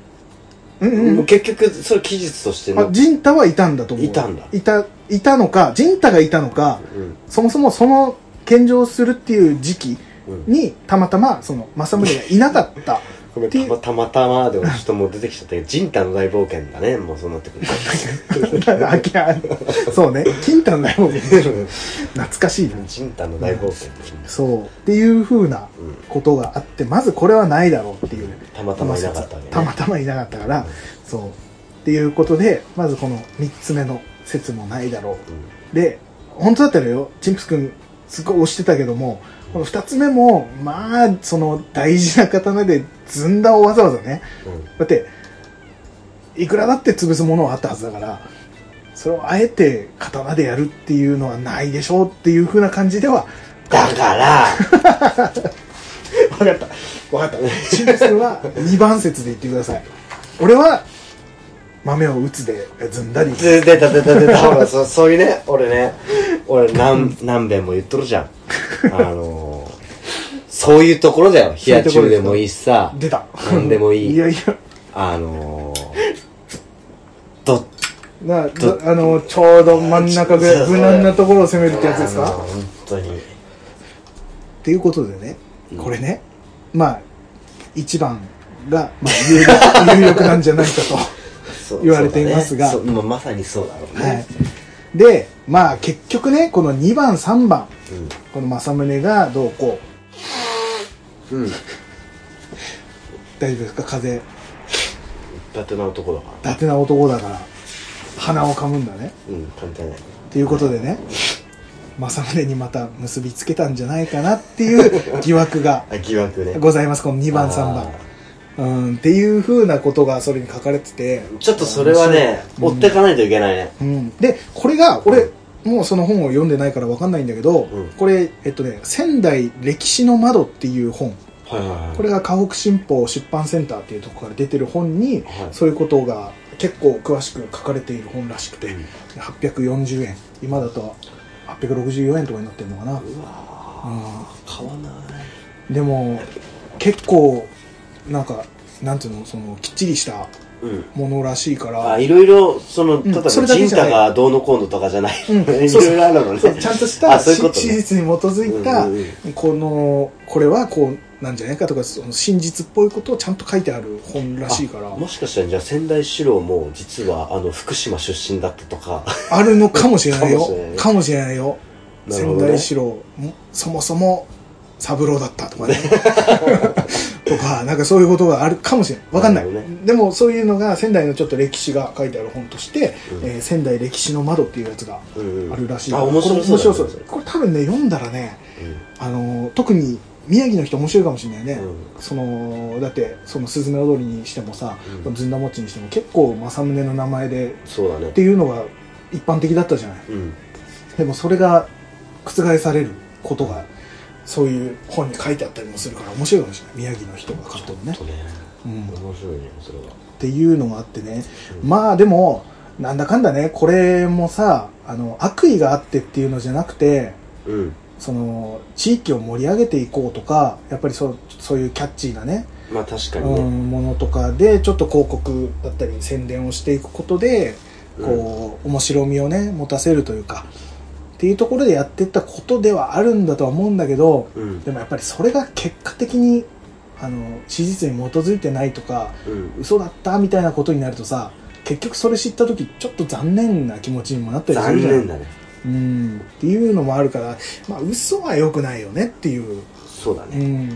Speaker 1: ん
Speaker 2: もう結局、それ期日として
Speaker 1: あ
Speaker 2: の。
Speaker 1: ジンタはいたんだと思う
Speaker 2: いたんだ
Speaker 1: いたいたのかジンタがいたのか
Speaker 2: うん。
Speaker 1: そもそもその献上するっていう時期
Speaker 2: うん。
Speaker 1: にたまたまその政宗がいなかった
Speaker 2: ごめん、
Speaker 1: って
Speaker 2: た
Speaker 1: いう
Speaker 2: またまたまでもちょっともう出てきちゃったけど、ジンタの大冒険だね、もうそうなってくる
Speaker 1: あきらそうね金太の大冒険懐かしいな
Speaker 2: と。ジンタの大冒険。
Speaker 1: そうっていうふうな
Speaker 2: うん。
Speaker 1: ことがあってまずこれはないだろうっていう
Speaker 2: たまたまいなかったわけね。
Speaker 1: たまたまいなかったからそうっていうことでまずこの3つ目の説もないだろう
Speaker 2: う
Speaker 1: で本当だったらよチンプス君すごい押してたけどもこの2つ目もまあその大事な刀でずんだをわざわざね
Speaker 2: ん。うん。
Speaker 1: だっていくらだって潰すものはあったはずだからそれをあえて刀でやるっていうのはないでしょうっていう風な感じでは
Speaker 2: だから、
Speaker 1: 分かった分かったチンプス君は2番説で言ってください俺は豆を打つでずんだに
Speaker 2: 出た出た出た、ほら、そそういうね、俺ね、俺何、何遍も言っとるじゃん。あのー、そういうところだよ。冷や中でもいいしさ。
Speaker 1: 出た
Speaker 2: なんでもいい
Speaker 1: いやいや
Speaker 2: あのー、ど、
Speaker 1: な
Speaker 2: ど
Speaker 1: あのちょうど真ん中ぐらい無難なところを攻めるってやつです
Speaker 2: あの
Speaker 1: か
Speaker 2: 本当に。
Speaker 1: っていうことでね
Speaker 2: うん
Speaker 1: これねまあ一番が、まあ、有力有力なんじゃないか
Speaker 2: そう
Speaker 1: 言われていますが
Speaker 2: そうだねそうまあまさにそうだろう
Speaker 1: と、
Speaker 2: ね。
Speaker 1: はい、でまあ結局ねこの2番3番この政宗がどうこう
Speaker 2: うん。うん。伊
Speaker 1: 大丈夫ですか風邪
Speaker 2: 達な男だか
Speaker 1: 伊達な男だから鼻をかむんだね
Speaker 2: ら。うん、簡単だよ。
Speaker 1: っていうことでね政宗にまた結びつけたんじゃないかなっていう疑惑が
Speaker 2: あ疑惑ね
Speaker 1: ございますこの2番3
Speaker 2: あ
Speaker 1: 番うんっていうふうなことがそれに書かれてて
Speaker 2: ーちょっとそれはね追ってかないといけないね
Speaker 1: うん、でこれが俺もうその本を読んでないから分かんないんだけど、
Speaker 2: うん
Speaker 1: これえっとね「仙台歴史の窓」っていう本
Speaker 2: はいはいはい
Speaker 1: これが河北新報出版センターっていうところから出てる本に
Speaker 2: はい
Speaker 1: そういうことが結構詳しく書かれている本らしくて
Speaker 2: うん
Speaker 1: 840円今だと864円とかになってるのかな、
Speaker 2: うわ
Speaker 1: うん
Speaker 2: ー買わない
Speaker 1: でも結構なんかなんていうのそのきっちりした
Speaker 2: うん
Speaker 1: ものらしいから
Speaker 2: あいろいろその
Speaker 1: ん
Speaker 2: ただ
Speaker 1: そ
Speaker 2: の
Speaker 1: れだけ
Speaker 2: 人
Speaker 1: じゃない
Speaker 2: 太がどうのこうのとかじゃない
Speaker 1: うん
Speaker 2: い
Speaker 1: そうそう
Speaker 2: ろいろあるのね
Speaker 1: そうちゃんとした
Speaker 2: あそういうことね
Speaker 1: 史実に基づいた、
Speaker 2: うんうん
Speaker 1: このこれはこうなんじゃないかとかその真実っぽいことをちゃんと書いてある本らしいから
Speaker 2: あもしかしたらじゃあ仙台四郎も実はあの福島出身だったとか
Speaker 1: あるのかもしれないよ
Speaker 2: かもしれない
Speaker 1: かもしれないよ
Speaker 2: なるほ
Speaker 1: 仙
Speaker 2: どね
Speaker 1: 台四郎もそもそも三郎だったとかね とかなんかそういうことがあるかもしれないわかんない、
Speaker 2: なるほど
Speaker 1: でもそういうのが仙台のちょっと歴史が書いてある本として「
Speaker 2: うん
Speaker 1: えー仙台歴史の窓」っていうやつが
Speaker 2: うんうん
Speaker 1: あるらしい、
Speaker 2: あ面白
Speaker 1: こ
Speaker 2: そうだね
Speaker 1: れ面白そうこれ多分ね読んだらねあの特に宮城の人面白いかもしれないね、
Speaker 2: う
Speaker 1: そのだってその「すずめ踊り」にしてもさ「
Speaker 2: うん
Speaker 1: ずんだもっち」にしても結構政宗の名前で
Speaker 2: そうだ
Speaker 1: っ
Speaker 2: ね
Speaker 1: ていうのが一般的だったじゃない
Speaker 2: うん
Speaker 1: でもそれが覆されることがそういう本に書いてあったりもするから面白いかもしれない宮城の人が買ってもね
Speaker 2: と、ね
Speaker 1: うん、っ
Speaker 2: 面白いねそれは
Speaker 1: ていうのがあってね
Speaker 2: うん
Speaker 1: まあでもなんだかんだねこれもさあの悪意があってっていうのじゃなくて
Speaker 2: うん
Speaker 1: その地域を盛り上げていこうとかやっぱりそうそういうキャッチーなね、
Speaker 2: まあ確かに
Speaker 1: う
Speaker 2: ね
Speaker 1: ん、ものとかでちょっと広告だったり宣伝をしていくことで
Speaker 2: うん
Speaker 1: こう、面白みをね持たせるというかっていうところでやってったことではあるんだとは思うんだけど
Speaker 2: うん
Speaker 1: でもやっぱりそれが結果的にあの史実に基づいてないとか
Speaker 2: うん
Speaker 1: 嘘だったみたいなことになるとさ結局それ知った時ちょっと残念な気持ちにもなったりす
Speaker 2: 残
Speaker 1: るじゃない
Speaker 2: 念だね
Speaker 1: うんっていうのもあるから、まあ、嘘は良くないよねっていう、
Speaker 2: そうだ
Speaker 1: う
Speaker 2: ね
Speaker 1: ん、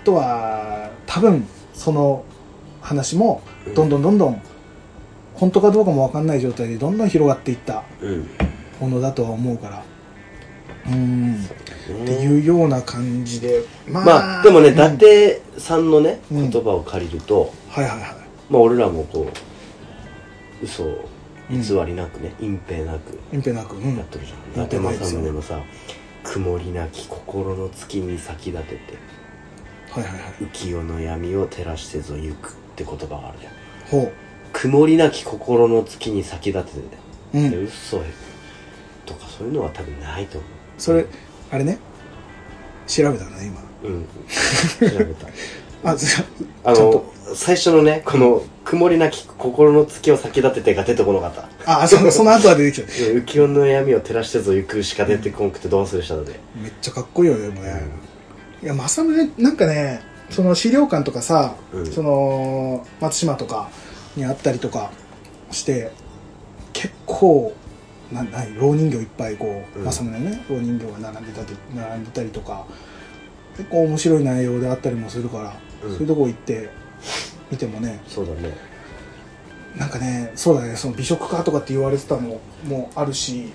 Speaker 1: あとは多分その話もどんどんどんどん本当かどうかも分かんない状態でどんどん広がっていった
Speaker 2: うん
Speaker 1: ものだとは思うからうんって
Speaker 2: ね
Speaker 1: いうような感じでま
Speaker 2: まあでもね
Speaker 1: うん
Speaker 2: 伊達さんのね
Speaker 1: うん
Speaker 2: 言葉を借りると
Speaker 1: はいはいは
Speaker 2: まあ俺らもこう嘘を
Speaker 1: い、うん、
Speaker 2: 偽りなくね隠蔽なく
Speaker 1: 隠蔽なく、うん
Speaker 2: やっ、とるじゃん、伊
Speaker 1: やって
Speaker 2: 達
Speaker 1: ないですよ
Speaker 2: 政宗のさ曇りなき心の月に先立てて
Speaker 1: はいはいはい
Speaker 2: 浮世の闇を照らしてぞ行くって言葉があるじゃん
Speaker 1: ほ
Speaker 2: 曇りなき心の月に先立てて
Speaker 1: う、う
Speaker 2: で
Speaker 1: ん、
Speaker 2: 嘘とかそういうのは多分ないと思
Speaker 1: それあれね調べたのね今
Speaker 2: ううん調べた
Speaker 1: あず
Speaker 2: あ
Speaker 1: ちゃん
Speaker 2: の
Speaker 1: と
Speaker 2: 最初のねこの曇りなき心の月を先立ててが出てこなかっ た
Speaker 1: あそその後は出てきた
Speaker 2: で浮世の闇を照らしてぞ行くしか出てこんくてどうするしたので
Speaker 1: めっちゃかっこいいよねでもね、いや正宗なんかねその資料館とかさ、
Speaker 2: うん
Speaker 1: その松島とかにあったりとかして結構な何蝋人形いっぱいこう、
Speaker 2: うん
Speaker 1: 正宗ね蝋人形が並んでたり並んでたりとか結構面白い内容であったりもするから、
Speaker 2: うん
Speaker 1: そういうとこ行って見てもね
Speaker 2: そうだね
Speaker 1: なんかねそうだねその美食家とかって言われてたのもあるし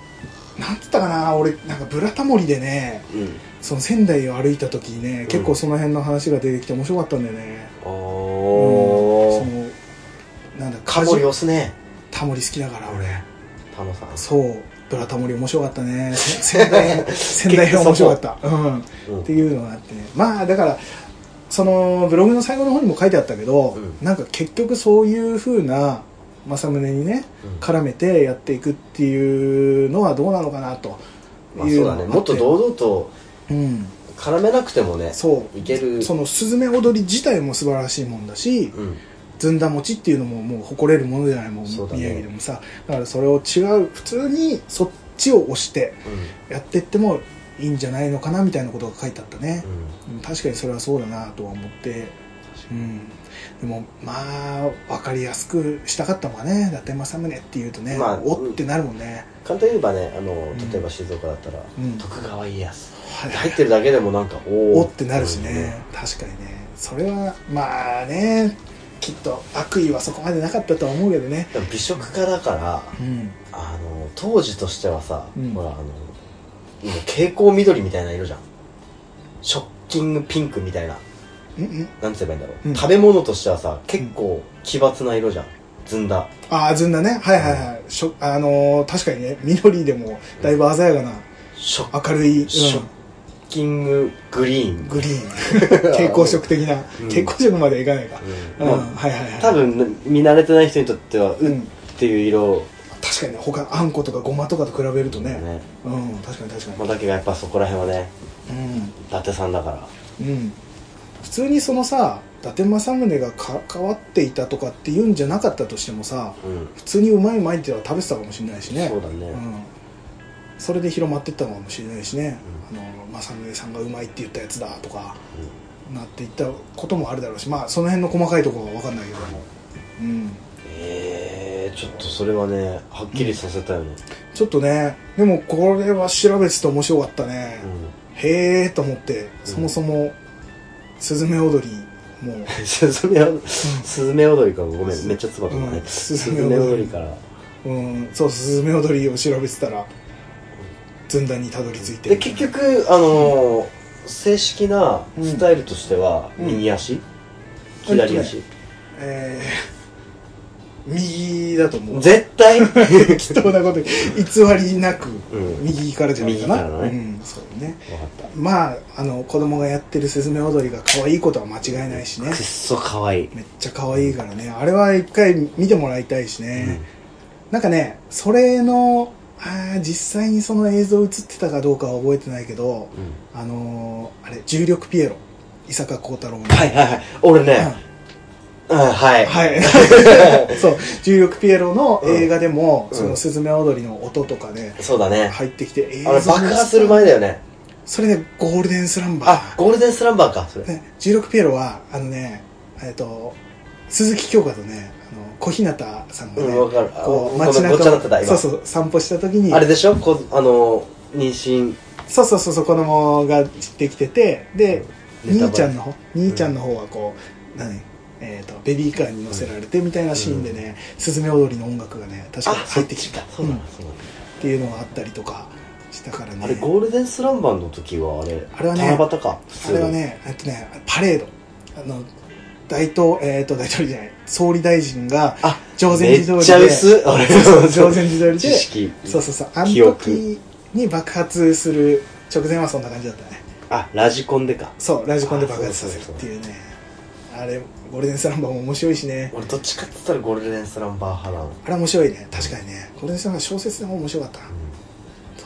Speaker 1: なんつったかな俺なんかブラタモリでね
Speaker 2: うん
Speaker 1: その仙台を歩いた時にね結構その辺の話が出てきて面白かったんだよね、
Speaker 2: ああ
Speaker 1: そのなんだ
Speaker 2: カモリ押すね
Speaker 1: タモリ好きだから俺
Speaker 2: タモさん
Speaker 1: そうブラタモリ面白かったねせ仙 台仙台が面白かった、うん、っ
Speaker 2: うん
Speaker 1: ていうのがあってねまあだからそのブログの最後の方にも書いてあったけど、
Speaker 2: うん
Speaker 1: なんか結局そういうふうな政宗にね
Speaker 2: うん
Speaker 1: 絡めてやっていくっていうのはどうなのかなと
Speaker 2: まあそうだねもっと
Speaker 1: どう
Speaker 2: 堂々と
Speaker 1: うん
Speaker 2: 絡めなくてもね
Speaker 1: そう
Speaker 2: いける
Speaker 1: そのスズメ踊り自体も素晴らしいもんだし
Speaker 2: うん
Speaker 1: ずんだ餅っていうのももう誇れるものじゃないもん、
Speaker 2: そうだね
Speaker 1: 宮城でもさだからそれを違う普通にそっちを押してやってってもいいんじゃないのかなみたいなことが書いてあったね
Speaker 2: う、ん
Speaker 1: うん確かにそれはそうだなとは思って、うん、でもまあ分かりやすくしたかったのがね伊達政宗っていうとね、
Speaker 2: まあ
Speaker 1: おってなるもんね、
Speaker 2: 簡単に言えばねあの
Speaker 1: ん
Speaker 2: 例えば静岡だったら
Speaker 1: うん
Speaker 2: 徳川家康
Speaker 1: はい
Speaker 2: 入ってるだけでもなんかお
Speaker 1: お
Speaker 2: ー
Speaker 1: ってなるしね、確かにねそれはまあねきっと悪意はそこまでなかったとは思うけどね
Speaker 2: でも美食家だから
Speaker 1: うん
Speaker 2: あの当時としてはさ
Speaker 1: うん
Speaker 2: ほらあのもう蛍光緑みたいな色じゃんショッキングピンクみたいな
Speaker 1: うんうん
Speaker 2: なんて言えばいいんだろう、
Speaker 1: うん
Speaker 2: 食べ物としてはさ結構奇抜な色じゃんずんだ
Speaker 1: ああずんだねはいはいはい、しょあのー確かにね緑でもだいぶ鮮やかな
Speaker 2: ショッ
Speaker 1: 明るい、うん
Speaker 2: ショッキンググリーン
Speaker 1: グリー ン蛍光色的な、
Speaker 2: うん
Speaker 1: 蛍光色まではいかないか、う
Speaker 2: う
Speaker 1: んん
Speaker 2: まあ
Speaker 1: はいはいはい
Speaker 2: 多分見慣れてない人にとってはう
Speaker 1: うん
Speaker 2: っ
Speaker 1: ん
Speaker 2: ていう色
Speaker 1: 確かにね他あんことかごまとかと比べるとね
Speaker 2: だよね、
Speaker 1: うん確かに確かに
Speaker 2: まあ、だけどやっぱそこら辺はね
Speaker 1: う
Speaker 2: 伊達さんだから
Speaker 1: ん、うん、普通にそのさ伊達政宗がか変わっていたとかっていうんじゃなかったとしてもさ
Speaker 2: うん、
Speaker 1: 普通にうまい毎日は食べてたかもしれないしね
Speaker 2: そうだね、
Speaker 1: うん、それで広まっていったのかもしれないしね、あの政宗さんがうまいって言ったやつだとかなっていったこともあるだろうしまあその辺の細かいところは分かんないけども、うん、
Speaker 2: ええー、ちょっとそれはねはっきりさせたよね、
Speaker 1: ちょっとねでもこれは調べてて面白かったね、へえと思ってそもそも「スズメ踊り」もう
Speaker 2: うん、スズメ踊スズメ踊りかごめんめっちゃつばくんだね、
Speaker 1: うん
Speaker 2: ス
Speaker 1: ス
Speaker 2: ズ
Speaker 1: ズ
Speaker 2: メ
Speaker 1: メ踊り
Speaker 2: 踊りから
Speaker 1: うん、そう、スズメ踊りを調べてたら、ずんだにたどり着いて。
Speaker 2: で結、局あのー正式なスタイルとしては、
Speaker 1: うん
Speaker 2: 右足、左足、
Speaker 1: えー、右だと思う。
Speaker 2: 絶 対
Speaker 1: 適当なこと、偽りなく、
Speaker 2: うん
Speaker 1: 右からじゃないかな。
Speaker 2: 右からだね
Speaker 1: うん、そうね。
Speaker 2: 分かった
Speaker 1: まあ、あの、子供がやってるスズメ踊りが可愛いことは間違いないしね
Speaker 2: くっ。そかわいい、
Speaker 1: めっちゃ可愛いからね。あれは一回見てもらいたいしね。なんかね、それの、あー実際にその映像映ってたかどうかは覚えてないけど、
Speaker 2: うん
Speaker 1: あのー、あれ、重力ピエロ、伊坂幸太郎の。
Speaker 2: はいはいはい俺ね、うん、はい、
Speaker 1: はい。そう、重力ピエロの映画でも、
Speaker 2: うん
Speaker 1: そ
Speaker 2: うん
Speaker 1: のスズメ踊りの音とかね、
Speaker 2: そうだね
Speaker 1: 入ってきて、映
Speaker 2: あれ爆破する前だよね
Speaker 1: それね、ゴールデンスランバ
Speaker 2: あ
Speaker 1: ー。
Speaker 2: ゴールデンスランバーかそれ、
Speaker 1: ね、重力ピエロは、あのね、えっと、鈴木京香とね、あの小日向さんが
Speaker 2: う
Speaker 1: ね、
Speaker 2: んわかるあ
Speaker 1: こ
Speaker 2: ご
Speaker 1: う、
Speaker 2: め
Speaker 1: 街
Speaker 2: んごっちゃに
Speaker 1: 中
Speaker 2: なって
Speaker 1: を、
Speaker 2: た今
Speaker 1: そうそう、散歩した時に、
Speaker 2: あれでしょこあの妊娠
Speaker 1: そうそうそうそう、子供ができてて、で、
Speaker 2: ネタバレ
Speaker 1: 兄ちゃんの方、兄ちゃんの方はこう、何えー、とベビーカーに乗せられてみたいなシーンでね、スズメ踊りの音楽がね確か
Speaker 2: あ
Speaker 1: に入ってき
Speaker 2: そ
Speaker 1: た
Speaker 2: っちかそうだ
Speaker 1: うん
Speaker 2: なそうだ
Speaker 1: っていうのがあったりとかしたからね
Speaker 2: あれゴールデンスランバーの時はあれ
Speaker 1: あれはね
Speaker 2: 七夕か普
Speaker 1: あれはねえっとねパレードあの大統えっ、と大統領じゃない総理大臣が
Speaker 2: あ
Speaker 1: 定禅寺通りで
Speaker 2: めっちゃ薄いあれ
Speaker 1: そうそう定禅寺通りで
Speaker 2: 知識
Speaker 1: そうそうそうあの
Speaker 2: 記憶
Speaker 1: 時に爆発する直前はそんな感じだったね
Speaker 2: あラジコンでか
Speaker 1: そうラジコンで爆発させるっていうねあれゴールデンスランバーも面白いしね
Speaker 2: 俺どっちかって言ったらゴールデンスランバー派なの
Speaker 1: あれ面白いね確かにねゴールデンスランバー小説の方面白かったな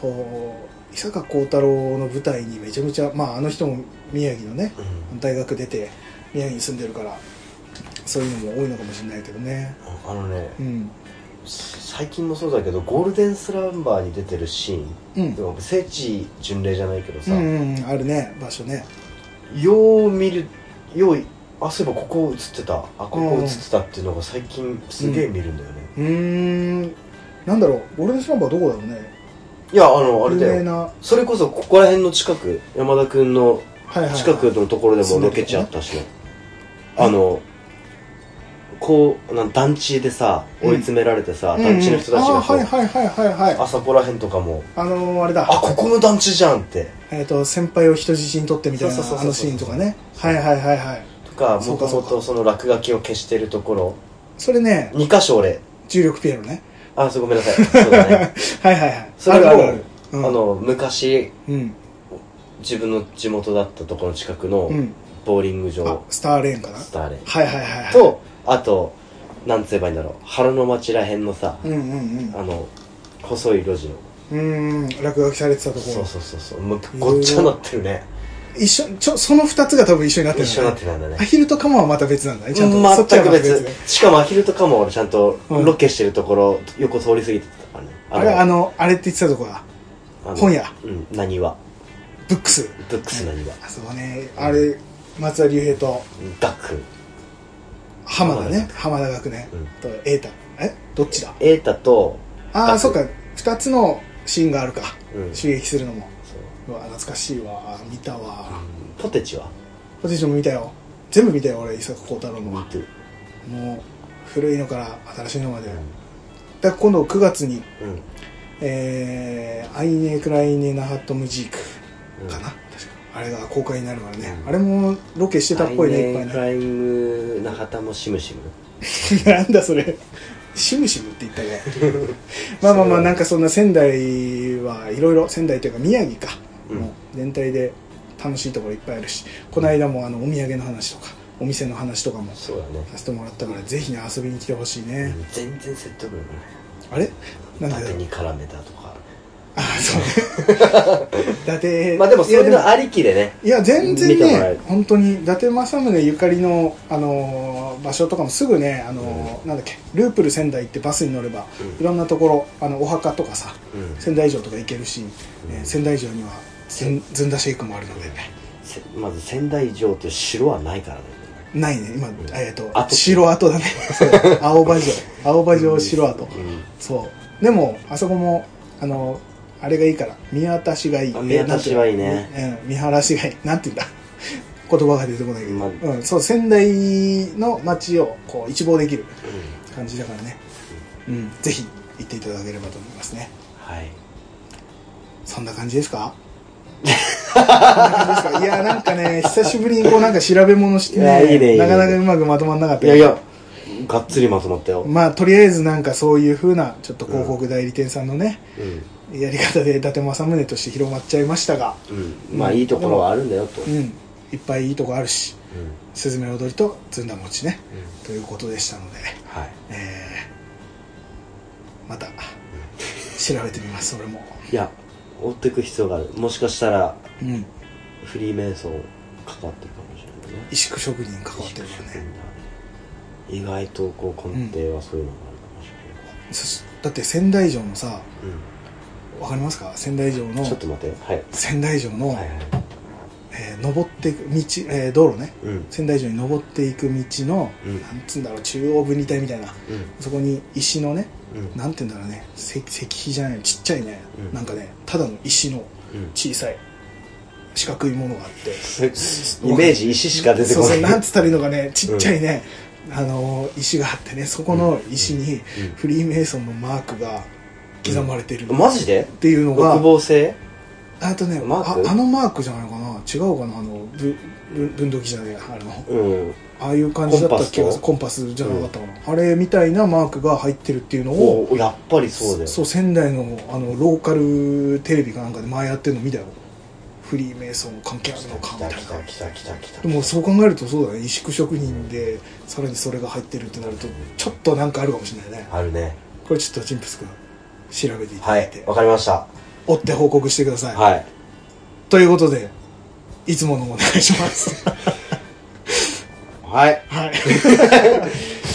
Speaker 1: と伊坂幸太郎の舞台にめちゃめちゃまああの人も宮城のね
Speaker 2: うんうん
Speaker 1: 大学出て宮城に住んでるからそういうのも多いのかもしれないけどね
Speaker 2: あのね
Speaker 1: うん
Speaker 2: 最近もそうだけどゴールデンスランバーに出てるシーン
Speaker 1: うん
Speaker 2: でも聖地巡礼じゃないけど
Speaker 1: う
Speaker 2: さ、
Speaker 1: ん、うん、あるね場所ね
Speaker 2: よう見るようあそういえばここ映ってたあここ映ってたっていうのが最近すげえ見るんだよね、
Speaker 1: うーんなんだろうゴールデンスランバーどこだろうね
Speaker 2: いやあのあれだ
Speaker 1: 有名
Speaker 2: よ
Speaker 1: なは
Speaker 2: それこそここら辺の近く山田君の
Speaker 1: いはい、はい、
Speaker 2: 近くのところでもロケ地あったしねあのこうなん団地でさ
Speaker 1: うん
Speaker 2: 追い詰められてさ、
Speaker 1: うん
Speaker 2: 団地の人たち
Speaker 1: あ
Speaker 2: が
Speaker 1: ー
Speaker 2: こう
Speaker 1: はいはいはいはいはい
Speaker 2: 朝こら辺とかも
Speaker 1: あのー、あれだ
Speaker 2: あここの団地じゃんって
Speaker 1: えっ、と先輩を人質に取ってみたいな
Speaker 2: そうそうそうそう
Speaker 1: あのシーンとかねはいはいはいはい
Speaker 2: とか
Speaker 1: そ
Speaker 2: も
Speaker 1: うか
Speaker 2: と
Speaker 1: そ
Speaker 2: も
Speaker 1: うか
Speaker 2: とその落書きを消してるところ
Speaker 1: それね
Speaker 2: 2箇所俺
Speaker 1: 重力ピエロね
Speaker 2: あそうごめんなさいそうだね
Speaker 1: はいはいはい
Speaker 2: それも
Speaker 1: あるあるある
Speaker 2: あ
Speaker 1: うん
Speaker 2: の昔
Speaker 1: うん
Speaker 2: 自分の地元だったところの近くの
Speaker 1: うん
Speaker 2: ボーリング
Speaker 1: あ
Speaker 2: 場、
Speaker 1: スターレーンかな
Speaker 2: スターレン
Speaker 1: はいはいはいはい
Speaker 2: とあとなんつえばいいんだろう原の町らへんのさ、
Speaker 1: うんうんうん
Speaker 2: あの細い路地の
Speaker 1: うーん落書きされてたところ
Speaker 2: そうそうそうそうもうごっちゃになってるね
Speaker 1: 一緒ちょその2つが多分一緒になって
Speaker 2: 一
Speaker 1: る
Speaker 2: 緒になってたんだ
Speaker 1: ア
Speaker 2: ね
Speaker 1: ヒルとカモはまた別なんだ ねちゃんと、そっち
Speaker 2: 全
Speaker 1: は
Speaker 2: く
Speaker 1: また
Speaker 2: 別
Speaker 1: ね
Speaker 2: しかもアヒルとかも俺ちゃんと
Speaker 1: うん
Speaker 2: ロケしてるところ横通り過ぎてたからね
Speaker 1: あれあのあれって言ってたとこだ
Speaker 2: の
Speaker 1: 本屋
Speaker 2: うんなにわ
Speaker 1: ブックス
Speaker 2: ブックスなにわ
Speaker 1: あそうねあれ松田龍平と
Speaker 2: 学
Speaker 1: 浜田ね浜田学ね、
Speaker 2: うん
Speaker 1: と瑛太えどっちだ
Speaker 2: 瑛太と
Speaker 1: あ
Speaker 2: 学
Speaker 1: あそっか2つのシーンがあるか、
Speaker 2: うん
Speaker 1: 襲撃するのも
Speaker 2: そう
Speaker 1: うわ懐かしいわ見たわ
Speaker 2: ポテチは
Speaker 1: ポテチも見たよ全部見たよ俺伊坂幸太郎のは
Speaker 2: 見てる
Speaker 1: もう古いのから新しいのまで、だから今度9月に
Speaker 2: うん
Speaker 1: えー、アイネ・クライネ・ナハット・ムジークかな、
Speaker 2: う
Speaker 1: 確かあれが公開になるからね、
Speaker 2: うん
Speaker 1: あれもロケしてたっぽいねいっぱい
Speaker 2: 来年
Speaker 1: ね
Speaker 2: クライムな旗もしむしむ
Speaker 1: なんだそれシムシムって言っ たねまあまあまあなんかそんな仙台はいろいろ仙台というか宮城か、
Speaker 2: うん
Speaker 1: もう全体で楽しいところいっぱいあるしこの間もあのお土産の話とかお店の話とかもさ
Speaker 2: そうだね、
Speaker 1: せてもらったからぜひね遊びに来てほしいうね、
Speaker 2: ん全然説得力ない
Speaker 1: あれ
Speaker 2: 伊
Speaker 1: なんでだ
Speaker 2: 達
Speaker 1: ろう
Speaker 2: に絡めたとか
Speaker 1: あそう ね伊達
Speaker 2: まあでもそれ
Speaker 1: いや
Speaker 2: のありきでね
Speaker 1: いや全然
Speaker 2: 見てもら
Speaker 1: ね
Speaker 2: える
Speaker 1: 本当に伊達政宗ゆかりの、あのー場所とかもすぐね、あのーなんだっけループル仙台行ってバスに乗れば、
Speaker 2: うん
Speaker 1: いろんなところあのお墓とかさ
Speaker 2: うん
Speaker 1: 仙台城とか行けるし、えー仙台城にはずんずんだシェイクもあるので、
Speaker 2: せまず仙台城っていう城はないからね
Speaker 1: ないね今、えっと
Speaker 2: 跡
Speaker 1: 城跡 だねそう青葉城青葉城城跡、
Speaker 2: うん
Speaker 1: そうでもあそこもあのあれがいいから見渡しがいい
Speaker 2: あ見渡しはいいね
Speaker 1: えなんていうのうん、見晴らしがいいなんて言うんだ 言葉が出てこないけど、
Speaker 2: まあ
Speaker 1: うん、そう仙台の街をこう一望できる感じだからね、うん、ぜひ行っていただければと思いますね
Speaker 2: はい
Speaker 1: そんな感じですかそんな感じですかいやなんかね久しぶりにこうなんか調べ物して
Speaker 2: いや
Speaker 1: ね
Speaker 2: いいねいいね
Speaker 1: なかなかうまくまとまんなかった
Speaker 2: い
Speaker 1: けど
Speaker 2: やいやがっつりまとまったよ、
Speaker 1: まあとりあえずなんかそういうふうなちょっと広告代理店さんのね、
Speaker 2: うん
Speaker 1: やり方で伊達政宗として広まっちゃいましたが、
Speaker 2: うん、まあいいところはあるんだよと、
Speaker 1: う
Speaker 2: うん
Speaker 1: ん、いっぱいいいとこあるし「すずめの踊り」と「ずんだ餅ね」ということでしたので、
Speaker 2: はい
Speaker 1: えーまた調べてみます俺も、
Speaker 2: いや追っていく必要があるもしかしたら
Speaker 1: うん、
Speaker 2: フリーメイソン関わってるかもしれないね
Speaker 1: 石工職人関わってるからね
Speaker 2: 意外とこう根底はそういうのがあるかもしれ
Speaker 1: そしだって仙台城のさ
Speaker 2: ない、
Speaker 1: わかりますか仙台城
Speaker 2: う
Speaker 1: の
Speaker 2: ん、ちょっと待ってはい
Speaker 1: 仙台城の、
Speaker 2: はいは
Speaker 1: えー登っていく道、えー道路ね
Speaker 2: いうん
Speaker 1: 仙台城に登っていく道の、
Speaker 2: うん
Speaker 1: なんつうんだろう中央分離帯みたいな
Speaker 2: うん
Speaker 1: そこに石のね
Speaker 2: うん
Speaker 1: なんて言うんだろうね石石碑じゃないちっちゃいね、
Speaker 2: うん
Speaker 1: なんかねただの石の
Speaker 2: うん
Speaker 1: 小さい四角いものがあって
Speaker 2: イメージ石しか出て
Speaker 1: そう
Speaker 2: こな
Speaker 1: そ
Speaker 2: いう
Speaker 1: なんつったらいいのかねちっちゃいね、あのー石があってねそこの石に
Speaker 2: うん
Speaker 1: フリーメイソンのマークが刻まれてる、
Speaker 2: マジで
Speaker 1: っていうの
Speaker 2: 独
Speaker 1: が
Speaker 2: 房制
Speaker 1: あとね
Speaker 2: マーク
Speaker 1: ああのマークじゃないかな違うかなあのぶぶ分度器じゃないあれの
Speaker 2: うん
Speaker 1: ああいう感じだった気がするコンパスじゃなかったかな、あれみたいなマークが入ってるっていうのを
Speaker 2: おやっぱりそうだよ
Speaker 1: そう仙台のあのローカルテレビかなんかで前やってるの見たよフリーメイソン関係あるのか
Speaker 2: 来
Speaker 1: み
Speaker 2: た
Speaker 1: たい
Speaker 2: 来た
Speaker 1: な
Speaker 2: 来た来た来た
Speaker 1: でもそう考えるとそうだね石工職人でさらにそれが入ってるってなるとちょっとなんかあるかもしれないね
Speaker 2: あるね
Speaker 1: これちょっとチンプス君調べていた
Speaker 2: は
Speaker 1: だい
Speaker 2: い
Speaker 1: て、
Speaker 2: わかりました
Speaker 1: 追って報告してください、
Speaker 2: はい
Speaker 1: ということでいつものお願いします
Speaker 2: はい
Speaker 1: はい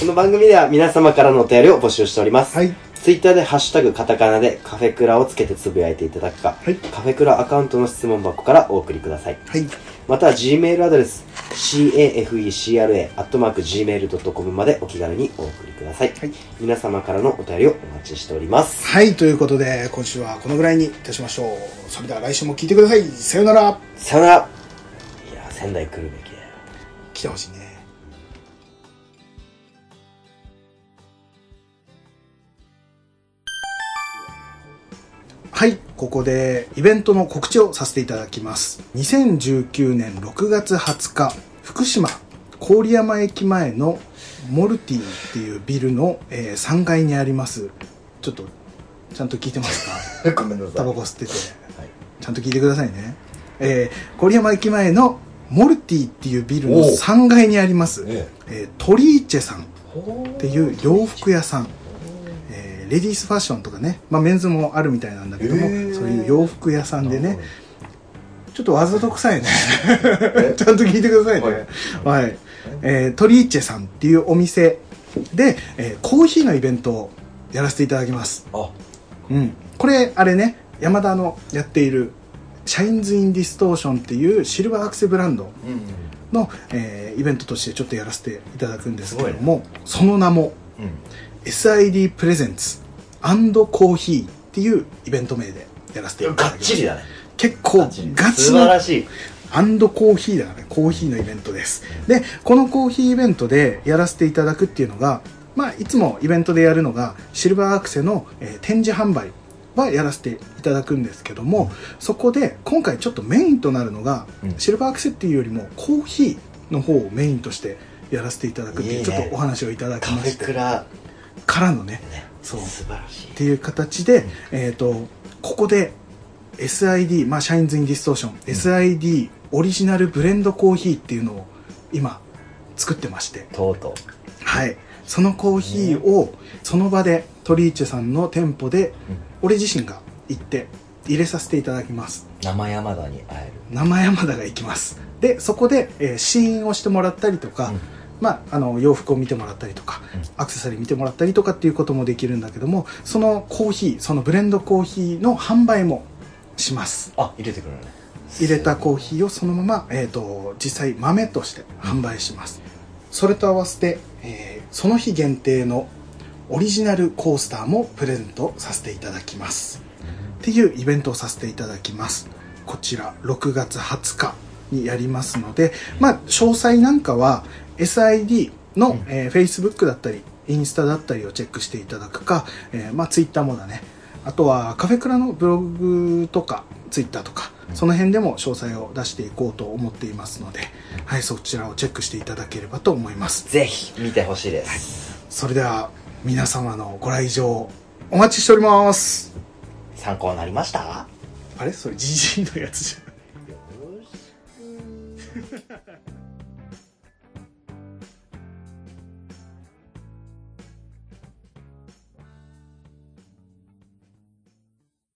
Speaker 2: この番組では皆様からのお便りを募集しております
Speaker 1: はい
Speaker 2: ツイッターでハッシュタグカタカナでカフェクラをつけてつぶやいていただくか、
Speaker 1: はい
Speaker 2: カフェクラアカウントの質問箱からお送りください。
Speaker 1: はい
Speaker 2: または Gmail アドレス、cafecra.gmail.com までお気軽にお送りください。
Speaker 1: はい
Speaker 2: 皆様からのお便りをお待ちしております。
Speaker 1: はいということで今週はこのぐらいにいたしましょうそれでは来週も聞いてくださいさよなら
Speaker 2: さよならいや、仙台来るべきだよ。
Speaker 1: 来てほしいねはい、ここでイベントの告知をさせていただきます。2019年6月20日、福島郡山駅前のモルティっていうビルの、えー3階にあります。ちょっと、ちゃんと聞いてますか
Speaker 2: ごめんな
Speaker 1: タバコ吸ってて。
Speaker 2: はい。
Speaker 1: ちゃんと聞いてくださいね。えー、郡山駅前のモルティっていうビルの
Speaker 2: おう
Speaker 1: 3階にあります、えー
Speaker 2: え
Speaker 1: トリーチェさんっ
Speaker 2: ほー
Speaker 1: ていう洋服屋さん、えーレディースファッションとかね、まあ、メンズもあるみたいなんだけども、
Speaker 2: へー
Speaker 1: そういう洋服屋さんでね、ちょっとわざと臭いね ちゃんと聞いてくださいねはい、えートリーチェさんっていうお店で、えーコーヒーのイベントをやらせていただきます
Speaker 2: あ、
Speaker 1: うん、これあれね山田のやっているシャインズ・イン・ディストーションっていうシルバーアクセブランド
Speaker 2: うん、
Speaker 1: の、えーイベントとしてちょっとやらせていただくんですけれども、その名も
Speaker 2: うん。
Speaker 1: SID プレゼンツコーヒーっていうイベント名でやらせていただき
Speaker 2: が
Speaker 1: ます
Speaker 2: っちりだね。
Speaker 1: 結構ガチ
Speaker 2: 素
Speaker 1: の
Speaker 2: 晴らしい。
Speaker 1: アンドコーヒーだからね、コーヒーのイベントです。で、このコーヒーイベントでやらせていただくっていうのが、まあ、いつもイベントでやるのが、シルバーアクセの、えー展示販売はやらせていただくんですけども、そこで今回ちょっとメインとなるのが、
Speaker 2: うん
Speaker 1: シルバーアクセっていうよりもコーヒーの方をメインとしてやらせていただくっていう
Speaker 2: いいね
Speaker 1: ちょっとお話をいただき
Speaker 2: カ
Speaker 1: ま
Speaker 2: フ
Speaker 1: し
Speaker 2: ェク
Speaker 1: て
Speaker 2: ラ
Speaker 1: からのね
Speaker 2: ね
Speaker 1: そう
Speaker 2: 素晴らしい
Speaker 1: っていう形で、えー、とここで SID、まあ、シャインズ・イン・ディストーション、SID オリジナルブレンドコーヒーっていうのを今作ってまして
Speaker 2: とうと
Speaker 1: はいそのコーヒーをその場でトリーチェさんの店舗で
Speaker 2: う、
Speaker 1: 俺自身が行って入れさせていただきます
Speaker 2: 生山田に会える
Speaker 1: 生山田が行きますでそこで、えー試飲をしてもらったりとか、
Speaker 2: うん
Speaker 1: まあ、あの洋服を見てもらったりとか、
Speaker 2: うん
Speaker 1: アクセサリー見てもらったりとかっていうこともできるんだけどもそのコーヒーそのブレンドコーヒーの販売もします
Speaker 2: あ入れてくるのね
Speaker 1: 入れたコーヒーをそのまま、えー、と実際豆として販売します、それと合わせて、えーその日限定のオリジナルコースターもプレゼントさせていただきますっていうイベントをさせていただきますこちら6月20日にやりますので、まあ、詳細なんかは SID の、
Speaker 2: うん
Speaker 1: えー Facebook だったりインスタだったりをチェックしていただくか、えーまあ、Twitter もだねあとはカフェクラのブログとか Twitter とかその辺でも詳細を出していこうと思っていますので、はい、そちらをチェックしていただければと思います
Speaker 2: ぜひ見てほしいです、
Speaker 1: それでは皆様のご来場お待ちしております
Speaker 2: 参考になりました
Speaker 1: あれそれ GG のやつじゃん
Speaker 2: よし